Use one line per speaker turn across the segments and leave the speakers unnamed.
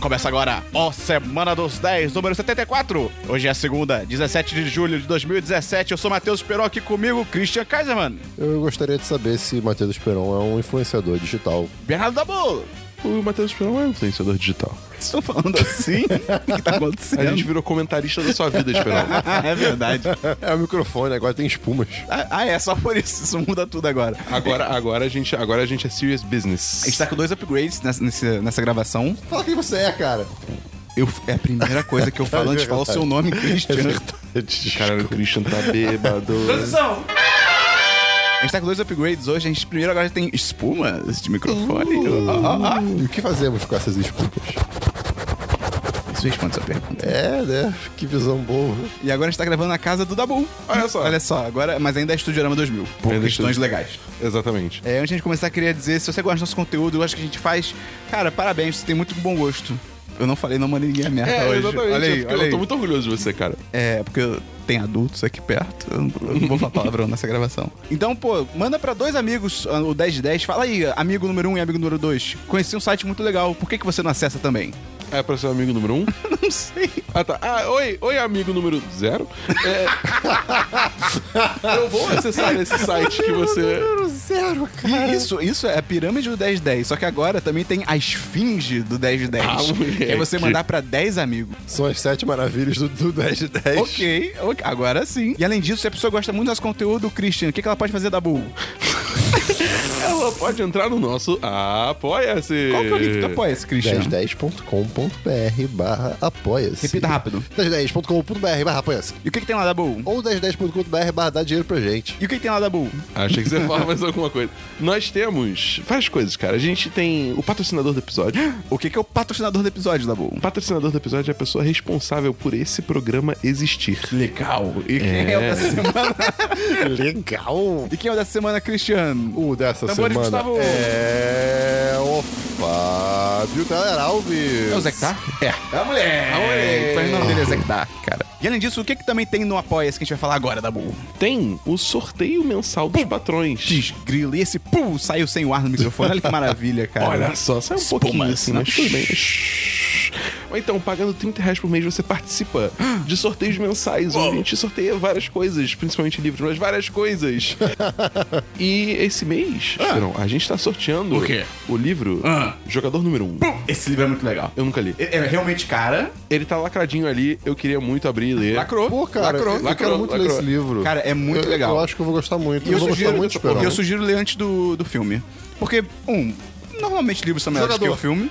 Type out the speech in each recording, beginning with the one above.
Começa agora ó Semana dos 10, número 74. Hoje é segunda, 17 de julho de 2017. Eu sou Matheus Peron, aqui comigo, Christian Kaiserman,
Eu gostaria de saber se Matheus Peron é um influenciador digital.
Bernardo Dabu.
O Matheus Peron é um influenciador digital.
Vocês estão falando assim? o que tá
A
acontecendo?
gente virou comentarista da sua vida, Esperão.
Ah, é verdade.
É o microfone, agora tem espumas.
Ah, é, só por isso. Isso muda tudo agora.
Agora, agora, a gente, agora a gente é serious business.
A gente tá com dois upgrades nessa, nesse- nessa gravação.
Fala quem você é, cara.
Eu, é a primeira coisa que eu falo antes de falar o seu nome,
É
Christian.
Cara, o Christian tá bêbado.
A gente tá com dois upgrades hoje. A gente primeiro agora tem espuma de microfone.
Uh.
Ó, ó, ó.
E o que fazemos com essas espumas?
Isso responde a sua pergunta.
É, né? Que visão boa.
E agora a gente tá gravando na casa do Dabu.
Olha só.
Olha só, agora, mas ainda é Estudiorama 2000, por
Ainda é
questões
Estúdio-
legais.
Exatamente.
É, antes de a gente começar, queria dizer, se você gosta do nosso conteúdo, eu acho que a gente faz... Cara, parabéns, você tem muito bom gosto. Eu não falei, não mandei ninguém a merda hoje. Olha aí,
É, eu, fico-
olha
eu
aí.
tô muito orgulhoso de você, cara.
É, porque tem adultos aqui perto. Eu não, eu não vou falar palavrão nessa gravação. Então, pô, manda pra dois amigos ah, o 10 de 10. Fala aí, amigo número 1 um e amigo número 2. Conheci um site muito legal. Por que, que você não acessa também?
É pra ser o amigo número um?
Não sei.
Ah, tá. Ah, oi, oi, amigo número zero. É... Eu vou acessar esse site que você...
Zero,
E isso, isso é a pirâmide do 10 de 10. Só que agora também tem a esfinge do 10 de 10.
Ah,
que é você
moleque.
mandar pra 10 amigos.
São as sete maravilhas do, do 10 de 10.
Ok, ok, agora sim. E além disso, se a pessoa gosta muito do nosso conteúdo, Christian, o que, que ela pode fazer da Bull?
Ela pode entrar no nosso Apoia-se.
Qual que é o link que apoia esse, Christian?
1010.com.br barra apoia-se.
Repita rápido.
1010.com.br barra apoia-se.
E o que, que tem lá da Bull?
Ou 1010.com.br barra dá dinheiro pra gente.
E o que, que tem lá da Bull?
Achei que você ia falar mais alguma coisa. Nós temos várias coisas, cara. A gente tem o patrocinador do episódio.
O que, que é o patrocinador do episódio, Dabu?
O patrocinador do episódio é a pessoa responsável por esse programa existir.
Legal. E quem é, o da semana?
Legal.
e quem é o da semana, Cristiano?
O dessa
Tambores,
semana
Gustavo.
é o Fábio Teleralves.
É o Zectar? É. É a mulher. A mulher. Então, o nome dele é Zectar, cara. E além disso, o que, que também tem no Apoia-se que a gente vai falar agora, Dabu?
Tem o sorteio mensal dos patrões.
Desgrilo. E esse pum saiu sem o ar no microfone. Olha que maravilha, cara.
Olha só, sai um
Espumas,
pouquinho assim,
né?
mas tudo bem. Ou então, pagando 30 reais por mês, você participa de sorteios mensais, onde a gente sorteia várias coisas, principalmente livros, mas várias coisas. e esse mês, Esperão, a gente tá sorteando
Ah. O quê?
o livro
Ah.
Jogador Número 1.
Pum. Esse livro é muito legal.
Eu nunca li.
É é realmente cara.
Ele tá lacradinho ali, eu queria muito abrir e ler.
Lacrou.
Pô, cara,
Lacrou.
eu
lacrou,
quero muito ler
lacrou.
esse livro.
Cara, é muito
Eu-
legal.
Eu acho que eu vou gostar muito.
E eu
eu vou
sugiro,
gostar muito, Esperão.
eu sugiro ler antes do, do filme. Porque, um, normalmente livros são melhores do que o
Jogador.
filme.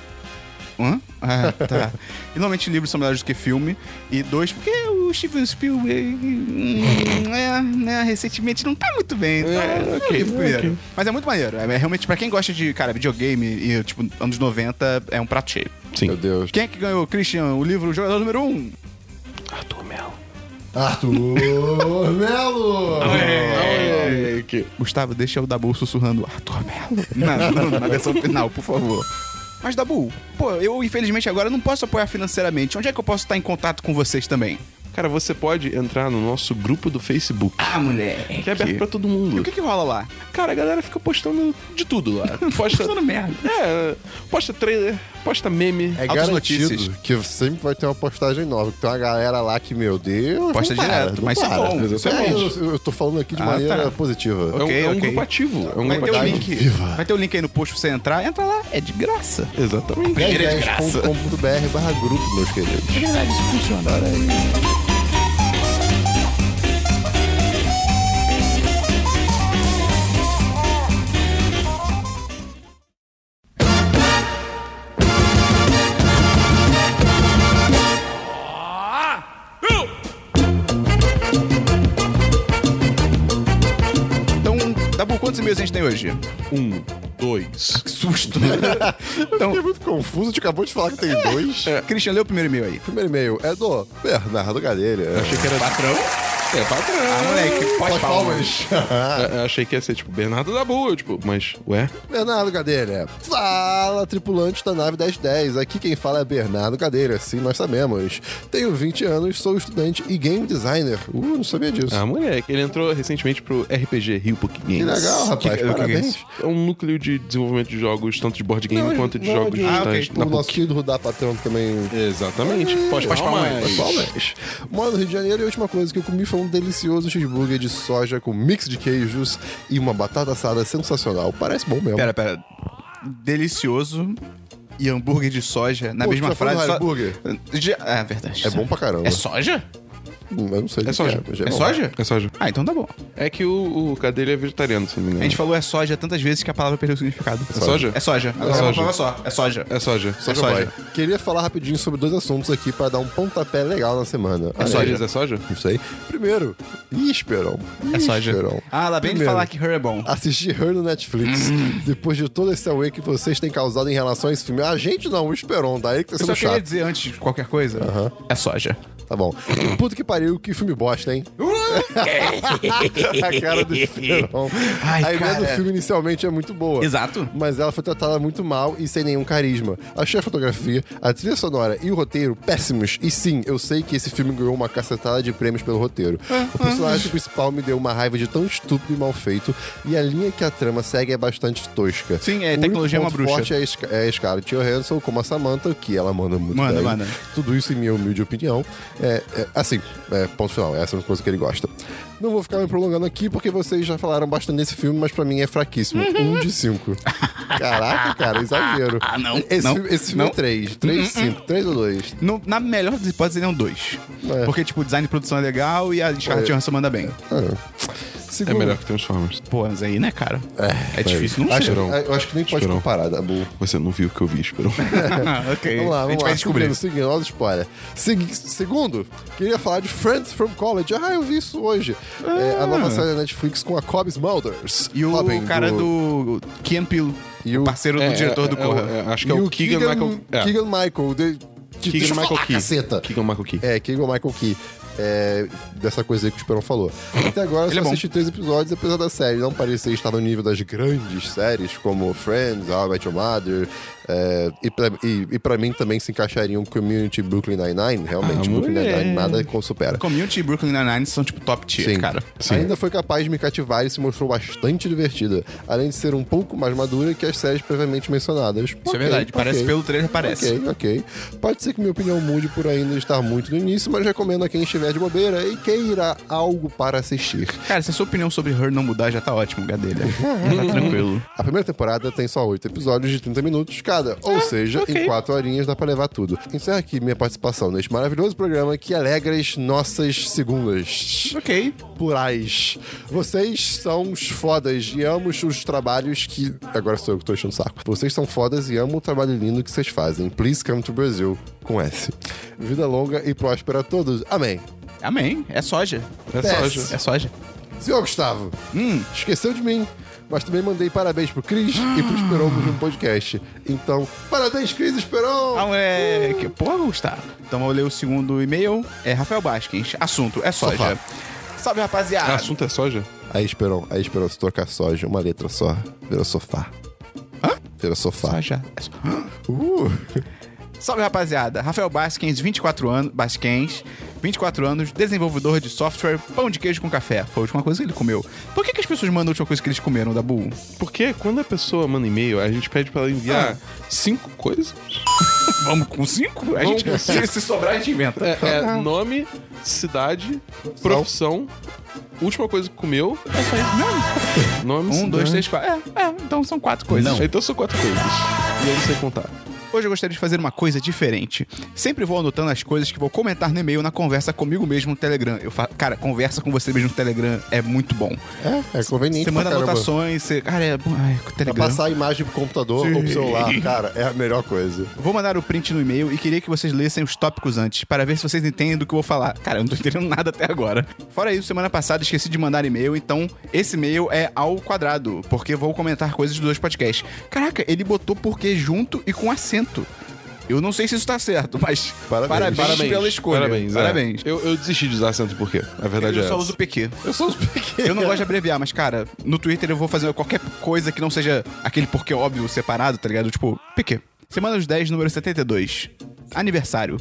Hã? Ah, tá. E normalmente livros são melhores do que filme. E dois, porque o Steven Spielberg, hum, é, né, recentemente não tá muito bem. Tá,
É, ok,
Livro primeiro.
ok.
Mas é muito maneiro. É, realmente, pra quem gosta de, cara, videogame e, tipo, anos 90, é um prato cheio.
Sim.
Meu Deus.
Quem é que ganhou, Christian, o livro Jogador Número 1? Um?
Arthur Melo.
Arthur Melo!
é
É.
Gustavo, deixa o Dabu sussurrando Arthur Melo. Na, na, na versão final, por favor. Mas, Dabu, pô, eu infelizmente agora não posso apoiar financeiramente. Onde é que eu posso estar em contato com vocês também?
Cara, você pode entrar no nosso grupo do Facebook,
Ah, moleque.
que é aberto pra todo
E o
mundo.
que que rola lá?
Cara, a galera fica postando de tudo lá. Posta.
Postando merda.
É, posta trailer, posta meme.
É
Altas
garantido
notícias.
que sempre vai ter uma postagem nova. que Tem uma galera lá que, meu Deus.
Posta
não para,
direto,
não
mas isso é
para.
bom, isso é
É,
bom.
eu, eu tô falando aqui de
Ah,
maneira
tá.
positiva.
É
ok,
um, é um
ok. Então,
grupo ativo. É um
Vai
grupo
ter, o
ativo.
link,
Viva.
vai ter o link aí no post pra você entrar. Entra lá, é de graça.
Exatamente.
Primeiro é de graça.
1010.com.br barra grupo, meus queridos.
verdade, isso funciona. Então, Dabu, quantos e-mails a gente tem hoje?
Um, dois.
Que susto! então,
Fiquei muito confuso, tu acabou de falar que tem dois.
É.
Christian, lê o primeiro e-mail aí.
Primeiro e-mail é do Bernardo Gadelha.
Achei que era.
Patrão?
É patrão.
Ah, moleque, pós
Pós
palmas.
palmas.
Eu achei que ia ser tipo Bernardo da Boa, tipo, mas, ué?
Bernardo Cadeira. Fala, tripulante da nave 1010. Aqui quem fala é Bernardo Cadeira, sim, nós sabemos. Tenho 20 anos, sou estudante e game designer. Uh, não sabia disso.
Ah, moleque, ele entrou recentemente pro RPG Rio Book Games.
que legal, rapaz.
que- o que que é
parabéns.
isso?
um É um núcleo de desenvolvimento de jogos, tanto de board game
Não,
quanto de
não,
jogos
de-
Ah,
digitais.
ok.
na
o nosso
PUC.
querido Rudá Patrão também.
Exatamente.
Pós-palmas.
Pós-palmas.
Palmas. Moro no Rio de Janeiro e a última coisa que eu comi foi um delicioso cheeseburger de soja com mix de queijos e uma batata assada sensacional. Parece bom mesmo.
Pera, pera. Delicioso e hambúrguer de soja na
Pô,
mesma
tu tá falando
frase. só-
hambúrguer?
De- É verdade.
É bom pra caramba.
É soja?
Hum, Eu não sei. o que
É soja.
mas
É
bom.
soja?
É soja.
Ah, então tá bom.
É que o, o Cadeira é vegetariano, se não me
A
engano.
gente falou é soja tantas vezes que a palavra perdeu o significado. É
soja?
É soja. Agora é
soja.
uma palavra só. É soja.
É soja.
É
Soja
soja.
Boy. Queria falar rapidinho sobre dois assuntos aqui pra dar um pontapé legal na semana.
É
Olha
soja.
aí.
É soja?
Não sei. Primeiro, ih, Esperon.
É
Ih,
soja.
Esperon.
Ah, lá bem de
Primeiro, Ah,
falar que Her é bom.
Assisti Her no Netflix.
Hum.
Depois de todo esse away que vocês têm causado em relação a esse filme. A gente não, o Esperon, tá? Ele que tá
Eu só
sendo
queria
chato.
dizer antes de qualquer coisa. É soja.
Tá bom. Puta que pariu, que filme bosta, hein? a cara do Esperon.
Ai,
a ideia
cara.
do filme inicialmente é muito boa.
Exato.
Mas ela foi tratada muito mal e sem nenhum carisma. Achei a fotografia, a trilha sonora e o roteiro péssimos. E sim, eu sei que esse filme ganhou uma cacetada de prêmios pelo roteiro.
Ah,
O personagem principal me deu uma raiva de tão estúpido e mal feito. E a linha que a trama segue é bastante tosca.
Sim, é,
O único
tecnologia é uma
ponto
bruxa.
forte é a Sc- é a Scarlett Johansson como a Samantha, que ela manda muito
Manda,
bem.
manda.
Tudo isso, em minha humilde opinião, é, é- assim, é, ponto final. Essa é uma coisa que ele gosta. Não vou ficar me prolongando aqui porque vocês já falaram bastante desse filme, mas pra mim é fraquíssimo. Um de cinco. Caraca, cara, exagero.
Ah, não,
Esse,
não,
filme, esse filme
não. Uhum,
é três. Três de cinco. Três ou dois?
No- na melhor das hipóteses, ele é um dois.
É.
Porque, tipo, o design e produção é legal e a Scarlett
É.
Johansson manda bem.
É
Segundo.
melhor que Transformers.
Pô, mas aí, né, cara? É, difícil não
Acho,
ser.
Esperon.
eu acho que nem pode
Esperon.
comparar, Dabu.
Você não viu o que eu vi, Esperon.
Ah, ok.
Vamos lá,
a
vamos
gente
lá.
vai descobrir.
Seguindo, seguindo, nosso spoiler. Segui- segundo, queria falar de Friends from College. Ah, eu vi isso hoje. É, a nova série da Netflix com a Cobb Smulders.
Ah. E o
Robin,
cara do... Ken Peele,
E o-
o parceiro
É,
do diretor
é,
do
é o-
Corra.
é, acho que
E
é
o
o Keegan Michael... é.
Keegan Michael. de- de- deixa eu
Keegan Michael
falar,
Key.
Caceta.
Keegan Michael Key.
É, Keegan Michael Key. É, dessa coisa aí que o Esperão falou. Até agora eu
Ele
só
é bom.
assisti três episódios, apesar da série não parecer estar no nível das grandes séries como Friends, How I Met Your Mother. é, e, pra, e, e pra mim também se encaixaria um Community Brooklyn Nine-Nine. Realmente,
Ah,
Brooklyn Nine-Nine
moleque.
nada co- supera.
Community e Brooklyn Nine-Nine são, tipo, top tier,
Sim.
cara.
Ainda foi capaz de me cativar e se mostrou bastante divertida, além de ser um pouco mais madura que as séries previamente mencionadas.
Isso é verdade. Parece pelo trailer, parece.
Ok, ok. Pode ser que minha opinião mude por ainda estar muito no início, mas recomendo a quem estiver de bobeira e queira algo para assistir.
Cara, se a sua opinião sobre Her não mudar, já tá ótimo, Gadelha. tá tranquilo.
A primeira temporada tem só oito episódios de 30 minutos cada, ou seja, em quatro horinhas dá pra levar tudo. Encerra aqui minha participação neste maravilhoso programa que alegra as nossas segundas.
Ok.
plurais. Vocês são uns fodas e amo os trabalhos que. Agora sou eu que tô enchendo o saco. Vocês são fodas e amo o trabalho lindo que vocês fazem. Please come to Brazil com S. Vida longa e próspera a todos. Amém.
Amém. É soja.
É
Pés.
soja.
É soja.
Senhor Gustavo,
Hum.
esqueceu de mim. Mas também mandei parabéns pro Cris e pro Esperon no mesmo podcast. Então, parabéns, Cris e Esperon!
Ah, moleque. Pô, Gustavo. Então vou ler o segundo e-mail. É Rafael Basquins. Assunto, é soja.
Sofá.
Salve, rapaziada.
assunto é soja?
Aí, Esperon, aí, Esperon, se trocar soja, uma letra só, vira sofá.
Hã?
Vira sofá.
Soja. É so-
Uh!
Salve, rapaziada. Rafael Basquins, 24 anos. Basquins, 24 anos, desenvolvedor de software, pão de queijo com café. Foi a última coisa que ele comeu. Por que, que as pessoas mandam a última coisa que eles comeram, Dabu?
Porque quando a pessoa manda e-mail, a gente pede pra ela enviar
Ah.
cinco coisas.
Vamos com cinco? A gente, se, se sobrar, a gente inventa.
É, é
Ah.
nome, cidade, profissão, última coisa que comeu. É isso aí. Nome,
Um, dois,
cidade.
três, quatro. É, é, então são quatro coisas.
Então são quatro coisas. E eu não sei contar.
Hoje eu gostaria de fazer uma coisa diferente. Sempre vou anotando as coisas que vou comentar no e-mail na conversa comigo mesmo no Telegram. Eu fa... Cara, conversa com você mesmo no Telegram é muito bom.
É, é conveniente
Você manda
pra caramba. Tá
anotações, você. Cara, é. bom- Ai, com o
Pra
Telegram.
passar a imagem pro computador ou pro celular, cara, é a melhor coisa.
Vou mandar o print no e-mail e queria que vocês lessem os tópicos antes, para ver se vocês entendem do que eu vou falar. Cara, eu não tô entendendo nada até agora. Fora isso, semana passada esqueci de mandar e-mail, então esse e-mail é ao quadrado, porque vou comentar coisas dos dois podcasts. Caraca, ele botou porque junto e com acento. Eu não sei se isso tá certo, mas
Parabéns.
Parabéns
É pela escolha.
Parabéns. é.
Parabéns.
Eu, eu desisti de usar acento por quê? A verdade
Eu
é
só
essa.
uso PQ.
Eu sou os pequenos.
Eu não gosto de abreviar, mas, cara, no Twitter eu vou fazer qualquer coisa que não seja aquele porquê óbvio separado, tá ligado? Tipo, PQ. Semana dos 10, número 72. Aniversário.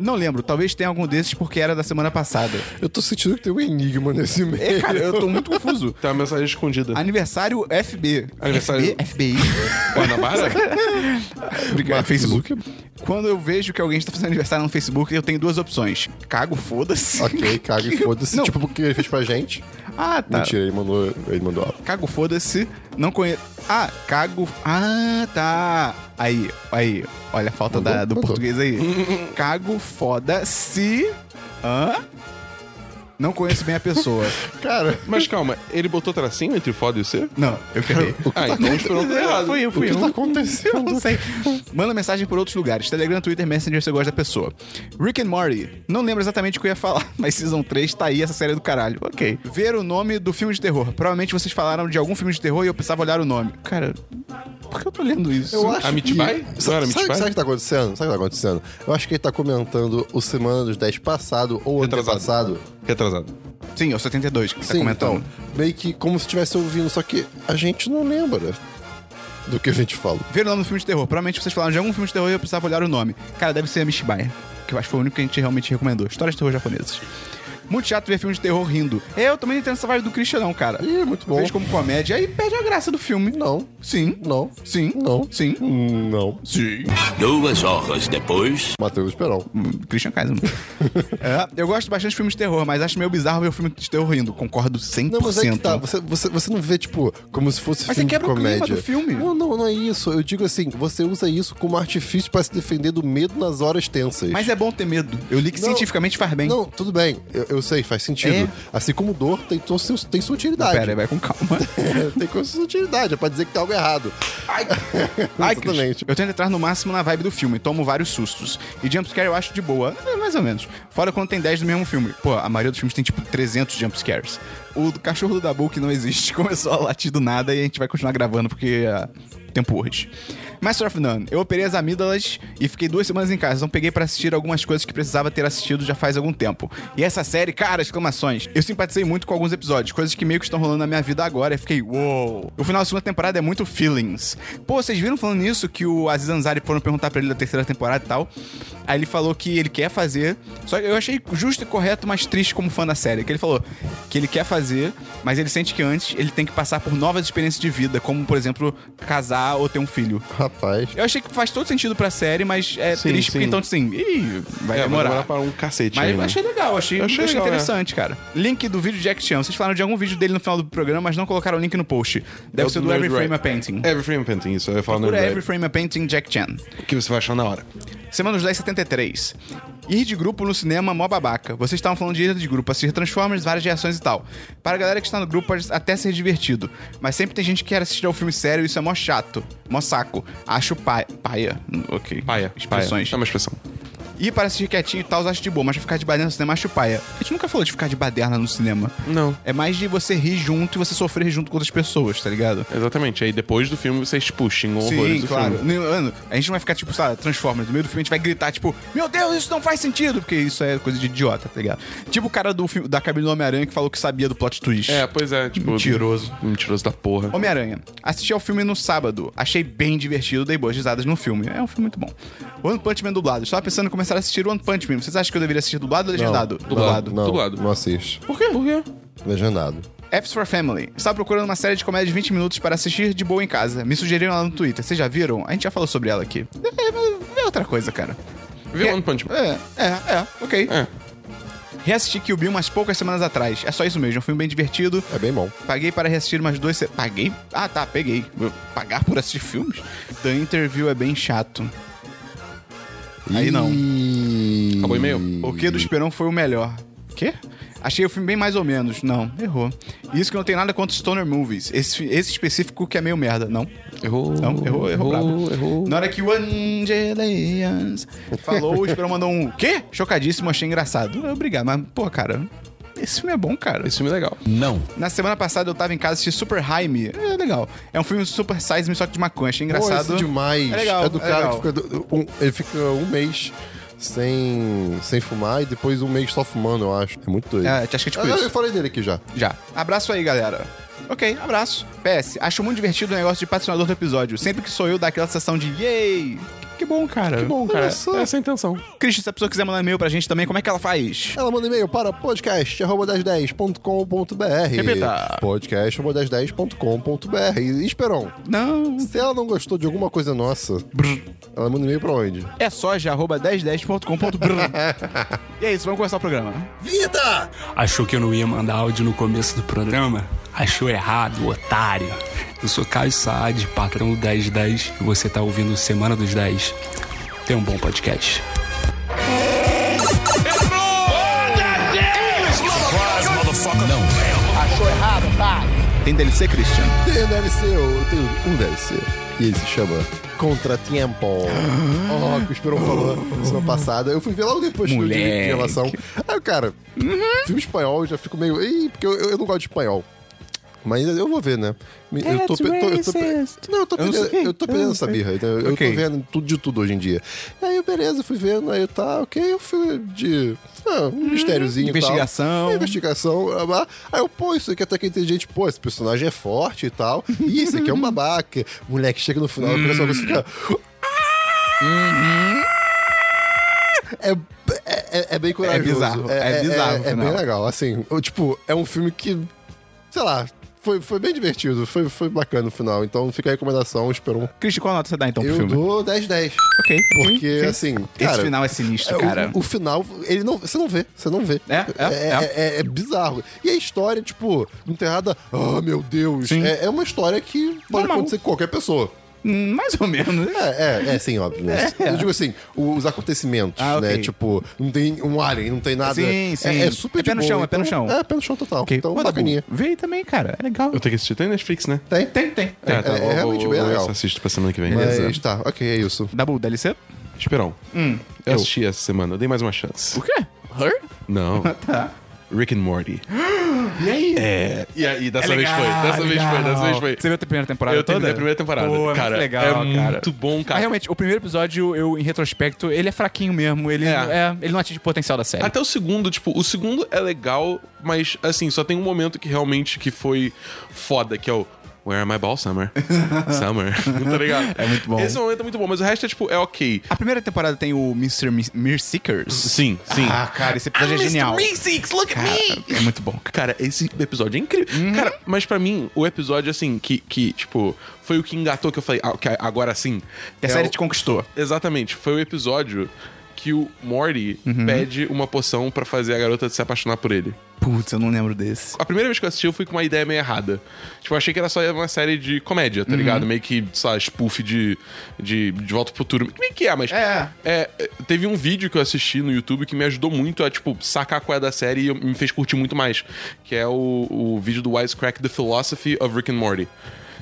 Não lembro, talvez tenha algum desses porque era da semana passada.
Eu tô sentindo que tem um enigma nesse meio.
É, cara, eu tô muito confuso.
Tem uma mensagem escondida.
Aniversário FB.
Aniversário-
FB? FBI.
Guanabara?
Obrigado, Ah,
Mark
Facebook. Quando eu vejo que alguém está fazendo aniversário no Facebook, eu tenho duas opções. Cago, foda-se.
Ok, caga e foda-se.
Não.
Tipo, o que ele fez pra gente.
Ah, tá.
Mentira, ele mandou, ele mandou algo.
Cago, foda-se. Não conheço. Ah, cago. Ah, tá. Aí, aí. Olha a falta
Mandou,
da- do
mandou.
português aí. Cago, foda-se. Hã? Não conheço bem a pessoa.
Cara,
Mas calma, ele botou tracinho entre o foda e o C?
Não, eu ferrei.
Ah, então esperou tudo errado.
Fui eu,
o
fui
que
eu.
tá acontecendo?
Não sei. Manda mensagem por outros lugares. Telegram, Twitter, Messenger, você gosta da pessoa. Rick and Morty. Não lembro exatamente o que eu ia falar, mas Season 3 tá aí, essa série do caralho. Ok. Ver o nome do filme de terror. Provavelmente vocês falaram de algum filme de terror e eu precisava olhar o nome. Cara, por que eu tô lendo isso?
Eu acho
A Meat
que...
Pie? Não era
Sabe,
Meat
sabe,
Pie?
sabe o que tá acontecendo? Sabe o que tá acontecendo? Eu acho que ele tá comentando o Semana dos 10 passado ou ano
Retrasado.
passado.
Retrasado.
Sim, é o 72 que você tá
Sim,
comentando.
então. Meio que como se estivesse ouvindo, só que a gente não lembra do que a gente fala.
Ver o nome do filme de terror. Provavelmente vocês falaram de algum filme de terror e eu precisava olhar o nome. Cara, deve ser a Mishibaya, que eu acho que foi o único que a gente realmente recomendou. Histórias de terror japonesas. Muito chato ver filme de terror rindo. Eu também não entendo essa vibe do Christian, não, cara.
Ih, muito bom.
Fez como comédia aí perde a graça do filme.
Não,
Sim.
não,
Sim.
não,
Sim.
hum, não.
Sim.
Duas horas depois.
Matheus Perão.
Christian Kaiser. é, eu gosto bastante de filmes de terror, mas acho meio bizarro ver o filme de terror rindo. Concordo 100%.
Não, mas é que tá. Você, você, você não vê, tipo, como se fosse
Mas você
filme de
quebra o clima
comédia.
do filme.
Não, não, não é isso. Eu digo assim, você usa isso como artifício pra se defender do medo nas horas tensas.
Mas é bom ter medo. Eu li que
Não.
cientificamente faz bem.
Não, tudo bem. Eu, eu sei, faz sentido.
É.
Assim como dor, tem, to- seu- tem sua utilidade.
Pera, aí, vai com calma.
tem coisa sua utilidade. É pra dizer que tem algo errado.
Ai, Cris.
Exatamente.
Eu tento entrar no máximo na vibe do filme, tomo vários sustos. E jumpscare eu acho de boa, é, mais ou menos. Fora quando tem 10 do mesmo filme. Pô, a maioria dos filmes tem tipo 300 jumpscares. O do cachorro do Dabu, que não existe, começou a latir do nada e a gente vai continuar gravando porque. ah, Tempo urge. Master of None. Eu operei as amígdalas e fiquei duas semanas em casa, então peguei pra assistir algumas coisas que precisava ter assistido já faz algum tempo. E essa série, cara, exclamações. Eu simpatizei muito com alguns episódios, coisas que meio que estão rolando na minha vida agora. E fiquei, uou. O final da segunda temporada é muito feelings. Pô, vocês viram falando nisso que o Aziz Ansari foram perguntar pra ele da terceira temporada e tal. Aí ele falou que ele quer fazer. Só que eu achei justo e correto, mas triste como fã da série. Que ele falou que ele quer fazer, mas ele sente que antes ele tem que passar por novas experiências de vida, como por exemplo, casar ou ter um filho.
Rapaz.
Eu achei que faz todo sentido pra série, mas é
Sim,
triste porque
sim.
então assim, ih, vai
é, vai
demorar.
demorar pra um cacete.
Mas eu
ainda.
achei legal, achei,
Eu achei
achei,
legal, é.
interessante, cara. Link do vídeo de Jack Chan. Vocês falaram de algum vídeo dele no final do programa, mas não colocaram o link no post. Deve
o
ser
do
do
Nerd
Every Frame
Rap.
a Painting.
Every Frame Painting, isso. Eu ia falar no
Por Every
Every
Frame a Painting Jack Chan.
Que você vai achar na hora.
Semana dos 10, 73. Ir de grupo no cinema, mó babaca. Vocês estavam falando de ir de grupo, assistir Transformers, várias reações e tal. Para a galera que está no grupo, pode até ser divertido. Mas sempre tem gente que quer assistir ao filme sério e isso é mó chato. Mó saco. Acho pai, paia. Ok.
Paia.
Expressões.
Paia. É uma expressão.
Ir para assistir quietinho e tal, acho de boa, mas ficar de baderna no cinema acho paia. A gente nunca falou de ficar de baderna no cinema.
Não.
É mais de você rir junto e você sofrer junto com outras pessoas, tá ligado?
Exatamente. Aí depois do filme vocês, tipo, xingam horrores
Sim,
do
claro.
filme.
Nem- Mano, a gente não vai ficar, tipo, sabe, Transformers. No meio do filme a gente vai gritar, tipo, meu Deus, isso não faz sentido, porque isso é coisa de idiota, tá ligado? Tipo o cara do filme, da cabine do Homem-Aranha que falou que sabia do plot twist.
É, pois é. Tipo,
Mentiroso.
Mentiroso da porra.
Homem-Aranha. Assisti ao filme no sábado. Achei bem divertido, dei boas risadas no filme. É um filme muito bom. One Punch Man dublado. Estava pensando em começar a assistir One Punch Man. Vocês acham que eu deveria assistir dublado ou legendado?
Dublado.
Não,
Dublado.
não assiste.
Por quê? Por quê?
Legendado.
Apps for Family. Estava procurando uma série de comédia de 20 minutos para assistir de boa em casa. Me sugeriram ela no Twitter. Vocês já viram? A gente já falou sobre ela aqui. É, é, é outra coisa, cara.
Viu One Punch Man?
É, é, é, ok.
É.
Reassisti Kill Bill umas poucas semanas atrás. É só isso mesmo, é um filme bem divertido.
É bem bom.
Paguei para reassistir umas duas... se- Paguei? Ah, tá, peguei. Pagar por assistir filmes? The Interview é bem chato. Aí não.
E...
Acabou o e-mail?
O que do Esperão foi o melhor? Quê? Achei o filme bem mais ou menos. Não, errou. Isso que não tem nada contra Stoner Movies. Esse, esse específico que é meio merda. Não,
É um- Errou.
não, errou, errou, brabo.
errou.
Na hora que o Angelians falou, o Esperão mandou um... Quê? Chocadíssimo, achei engraçado. Obrigado, mas, pô, cara... Esse filme é bom, cara.
Esse filme é legal.
Não.
Na semana passada eu tava em casa assisti Super Jaime. É legal. É um filme super size me só que de maconha. Achei engraçado.
Pô, esse é demais.
É legal.
do
é
cara
legal.
que fica, do- um, ele fica um mês sem, sem fumar e depois um mês só fumando, eu acho. É muito doido.
É, acho que é tipo
Ah,
isso.
Eu falei dele aqui já.
Já. Abraço aí, galera. Ok, abraço. PS, acho muito divertido o negócio de patrocinador do episódio. Sempre que sou eu, dá aquela sensação de yay. Que bom, cara.
Que bom, cara.
Olha só.
Essa é a intenção.
Christian, se a pessoa quiser mandar e-mail pra gente também, como é que ela faz?
Ela manda e-mail para podcast.com.br.
Repita.
podcast.com.br. E Esperão,
Não.
se ela não gostou de alguma coisa nossa, ela manda e-mail pra onde?
É soja, arroba 1010.com.br E é isso, vamos começar o programa.
Achou que eu não ia mandar áudio no começo do programa? Achou errado, otário. Eu sou Caio Saad, patrão do 1010, e você tá ouvindo Semana dos 10. Tem um bom podcast.
Tem DLC, Christian?
Tem DLC, eu tenho um DLC. E ele se chama Contratempo. Ó, que o Esperão falou semana passada. Eu fui ver logo depois que eu tive
Moleque. Uhum.
de relação. Aí, cara, filme espanhol, eu já fico meio. Ih, porque eu, eu não gosto de espanhol. Mas eu vou ver, né? Me- Eu tô, pe- tô- eu tô pe- Não, eu tô
Eu não sei
perdendo,
quem.
eu tô perdendo essa birra. então Eu, eu
Ok.
tô vendo tudo de tudo hoje em dia. E aí, eu, beleza, fui vendo, aí eu, tá, ok, eu fui de. Ah, um mistériozinho. e tal.
Investigação.
É, investigação. blá, blá. Aí eu, pô, isso aqui até que é inteligente. Pô, esse personagem é forte e tal. Ih, esse aqui é um babaca. Moleque, chega no final,
Uhum.
o pessoal fica. "Ah!" É, é, é- é bem corajoso.
bizarro, é bizarro o
É,
final.
bem legal. Assim, eu, tipo, é um filme que, sei lá, foi, foi bem divertido. Foi, foi bacana no final. Então fica a recomendação, esperou um.
Christian, qual nota você dá então pro
Eu
filme?
dou 10-10.
Ok.
Porque,
ok.
assim,
Esse
cara,
final é sinistro,
é,
cara.
O, o final, ele não, você não vê, você não vê.
É, é,
é, é bizarro. E a história, tipo, não tem nada. Ah, meu Deus.
Sim.
É, é uma história que pode
Normal.
acontecer com qualquer pessoa.
Hum, Mais ou menos.
É, é, é sim, óbvio. né? Eu digo assim, o- os acontecimentos,
Ah, ok.
né? Tipo, não tem um alien, não tem nada.
Sim, sim.
É, é super
É pé
de
no
boa,
chão, é pé no
então-
chão.
É, pé no chão total.
Ok,
Então,
Ô, Dabu,
bacaninha.
Vê aí também, cara. É legal.
Eu tenho que assistir. Tem Netflix, né?
Tem?
Tem, tem. tem.
Ah, tá,
é
vou-
realmente
vou-
bem
vou ver
legal.
se assisto pra semana que vem.
Mas tá, ok, é isso.
Dabu, DLC?
Esperão. Hum, eu assisti essa semana, eu dei mais uma chance.
O quê? Her?
Não.
Tá.
Rick and Morty.
E aí?
Ah, É. E aí, dessa vez foi.
Legal,
Dessa vez foi, dessa vez
legal.
foi.
Você viu a primeira temporada
eu
toda?
terminei a primeira temporada.
Pô, é
cara,
muito legal,
é
cara.
muito bom, cara.
Mas realmente, o primeiro episódio, eu, em retrospecto, ele é fraquinho mesmo. Ele,
É.
é, ele não atinge o potencial da série.
Até o segundo, tipo, o segundo é legal, mas assim, só tem um momento que realmente que foi foda, que é o Where are my ball, Summer? Summer. tá ligado? É
muito bom.
Esse momento é muito bom, mas o resto é tipo, é ok.
A primeira temporada tem o Mr. Mi- Mir Seekers.
Sim, sim.
Ah, cara, esse episódio é genial.
Six, look
Cara, é muito bom. cara.
Cara, esse episódio é incrível. Cara, mas pra mim, o episódio, assim, que, que, tipo, foi o que engatou que eu falei, ah, ok, agora sim.
Que a
É
série
o-
te conquistou.
Exatamente, foi o episódio que o Morty pede uma poção pra fazer a garota se apaixonar por ele.
Putz, eu não lembro desse.
A primeira vez que eu assisti, eu fui com uma ideia meio errada. Tipo, eu achei que era só uma série de comédia,
Uhum.
tá ligado? Meio que, sei lá, spoof de, de, de Volta pro Futuro. Nem que é, mas...
É.
É, teve um vídeo que eu assisti no YouTube que me ajudou muito a, tipo, sacar qual é da série e eu- me fez curtir muito mais. Que é o, o vídeo do Wisecrack The Philosophy of Rick and Morty.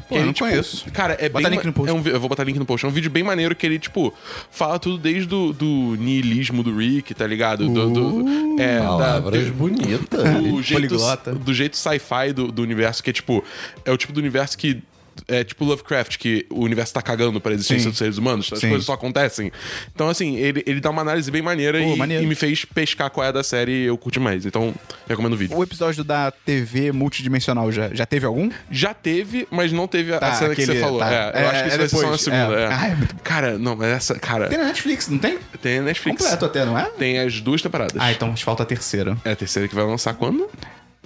Que
eu
ele,
não conheço.
Cara, é
Bota
bem
link
ma-
no post.
é um vi- eu vou botar link no post. É um vídeo bem maneiro que ele, tipo, fala tudo desde do, do niilismo do Rick, tá ligado? Do, do- é, da,
Palavras bonitas.
do jeito,
Poliglota.
do jeito sci-fi do, do universo, que é tipo. É o tipo do universo que. É tipo Lovecraft, que o universo tá cagando pra existência
Sim.
dos seres humanos, as
Sim.
coisas só acontecem. Então, assim, ele, ele dá uma análise bem maneira
Pô,
e,
maneiro.
e me fez pescar qual é da série e eu curti mais. Então, recomendo o vídeo.
O episódio da TV multidimensional já, já teve algum?
Já teve, mas não teve a-
Tá,
a cena que
aquele-
você falou.
tá.
É, eu
É,
acho que isso
é
vai ser só na
depois,
segunda.
é.
é.
Ah, é muito-
Cara, não, mas essa. Cara,
Tem na Netflix, não tem?
tem a Netflix.
Completo até, não é?
Tem as duas temporadas.
Ah, então falta a terceira.
É a terceira que vai lançar quando?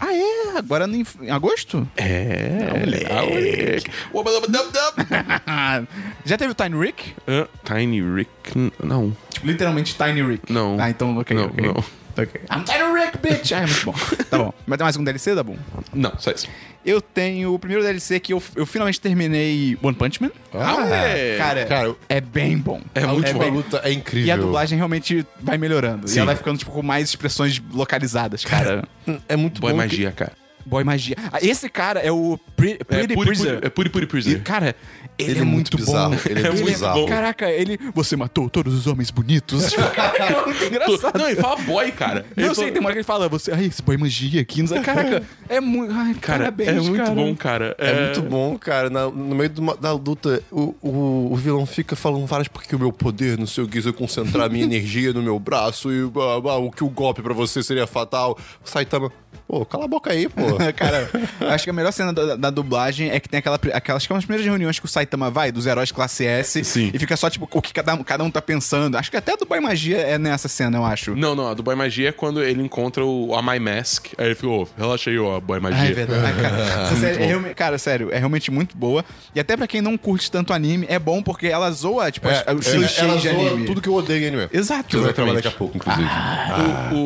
Ah, é? Agora no inf- em agosto?
É. Ah, moleque. Oba, oba, dub, dub.
já teve o Tiny Rick?
Ah, Tiny Rick. n- Não.
Tipo, literalmente Tiny Rick.
Não.
Ah, então, ok,
Não,
ok.
não.
Ok. I'm Tiny Rick, bitch! Ah, é muito bom. tá bom. Mas tem mais um DLC, Dabu?
Não, só isso.
Eu tenho o primeiro DLC que eu, eu finalmente terminei One Punch Man.
Ah, moleque.
Cara,
cara,
é bem bom.
É muito
a
bom.
última luta é incrível.
E a dublagem realmente vai melhorando. E
Sim.
ela vai ficando, tipo, com mais expressões localizadas, cara.
é muito
Boa
bom. que-
magia, cara.
Boy magia. Ah, Esse cara é o Pre- Pretty
Puri-
Freezer.
Puri- É Puri Puri
E,
Freezer.
cara, Ele, é muito,
bizarro.
bom.
Ele é muito
muito
bizarro.
bom.
Caraca, ele. Você matou todos os homens bonitos. é muito engraçado.
Não, ele fala boy, cara.
Eu sei,
Ele fala-
tem uma hora que ele fala, você, ai, esse boy magia, 15. Caraca, é muito. Ai,
Cara,
parabéns,
é muito
cara.
bom, cara.
É, muito bom, cara. Na- no meio de uma- da luta, o, o, o vilão fica falando várias porque o meu poder, não sei o que, se eu concentrar minha energia no meu braço e ah, ah, o que o golpe pra você seria fatal. O Saitama, pô, cala a boca aí, pô.
Cara, acho que a melhor cena da, da dublagem é que tem aquela, pri- aquelas que é uma das primeiras reuniões que o Saitama vai, dos heróis classe S,
Sim.
e fica só, tipo, o que cada, um- cada um tá pensando. Acho que até a do Boy Magia é nessa cena, eu acho.
Não, não, a do Boy Magia é quando ele encontra o a My Mask. Aí ele ficou, "Ô, relaxa aí, ó, Boy Magia.
Ai, é verdade. Ai, cara, essa série é realme- cara, sério, é realmente muito boa. E até pra quem não curte tanto anime, é bom porque ela zoa, tipo, as- os clichês de
É, zoa
anime. Ah,
tudo que eu odeio em anime.
Exato.
Que eu vou trabalhar
exatamente.
daqui a pouco, inclusive.
O,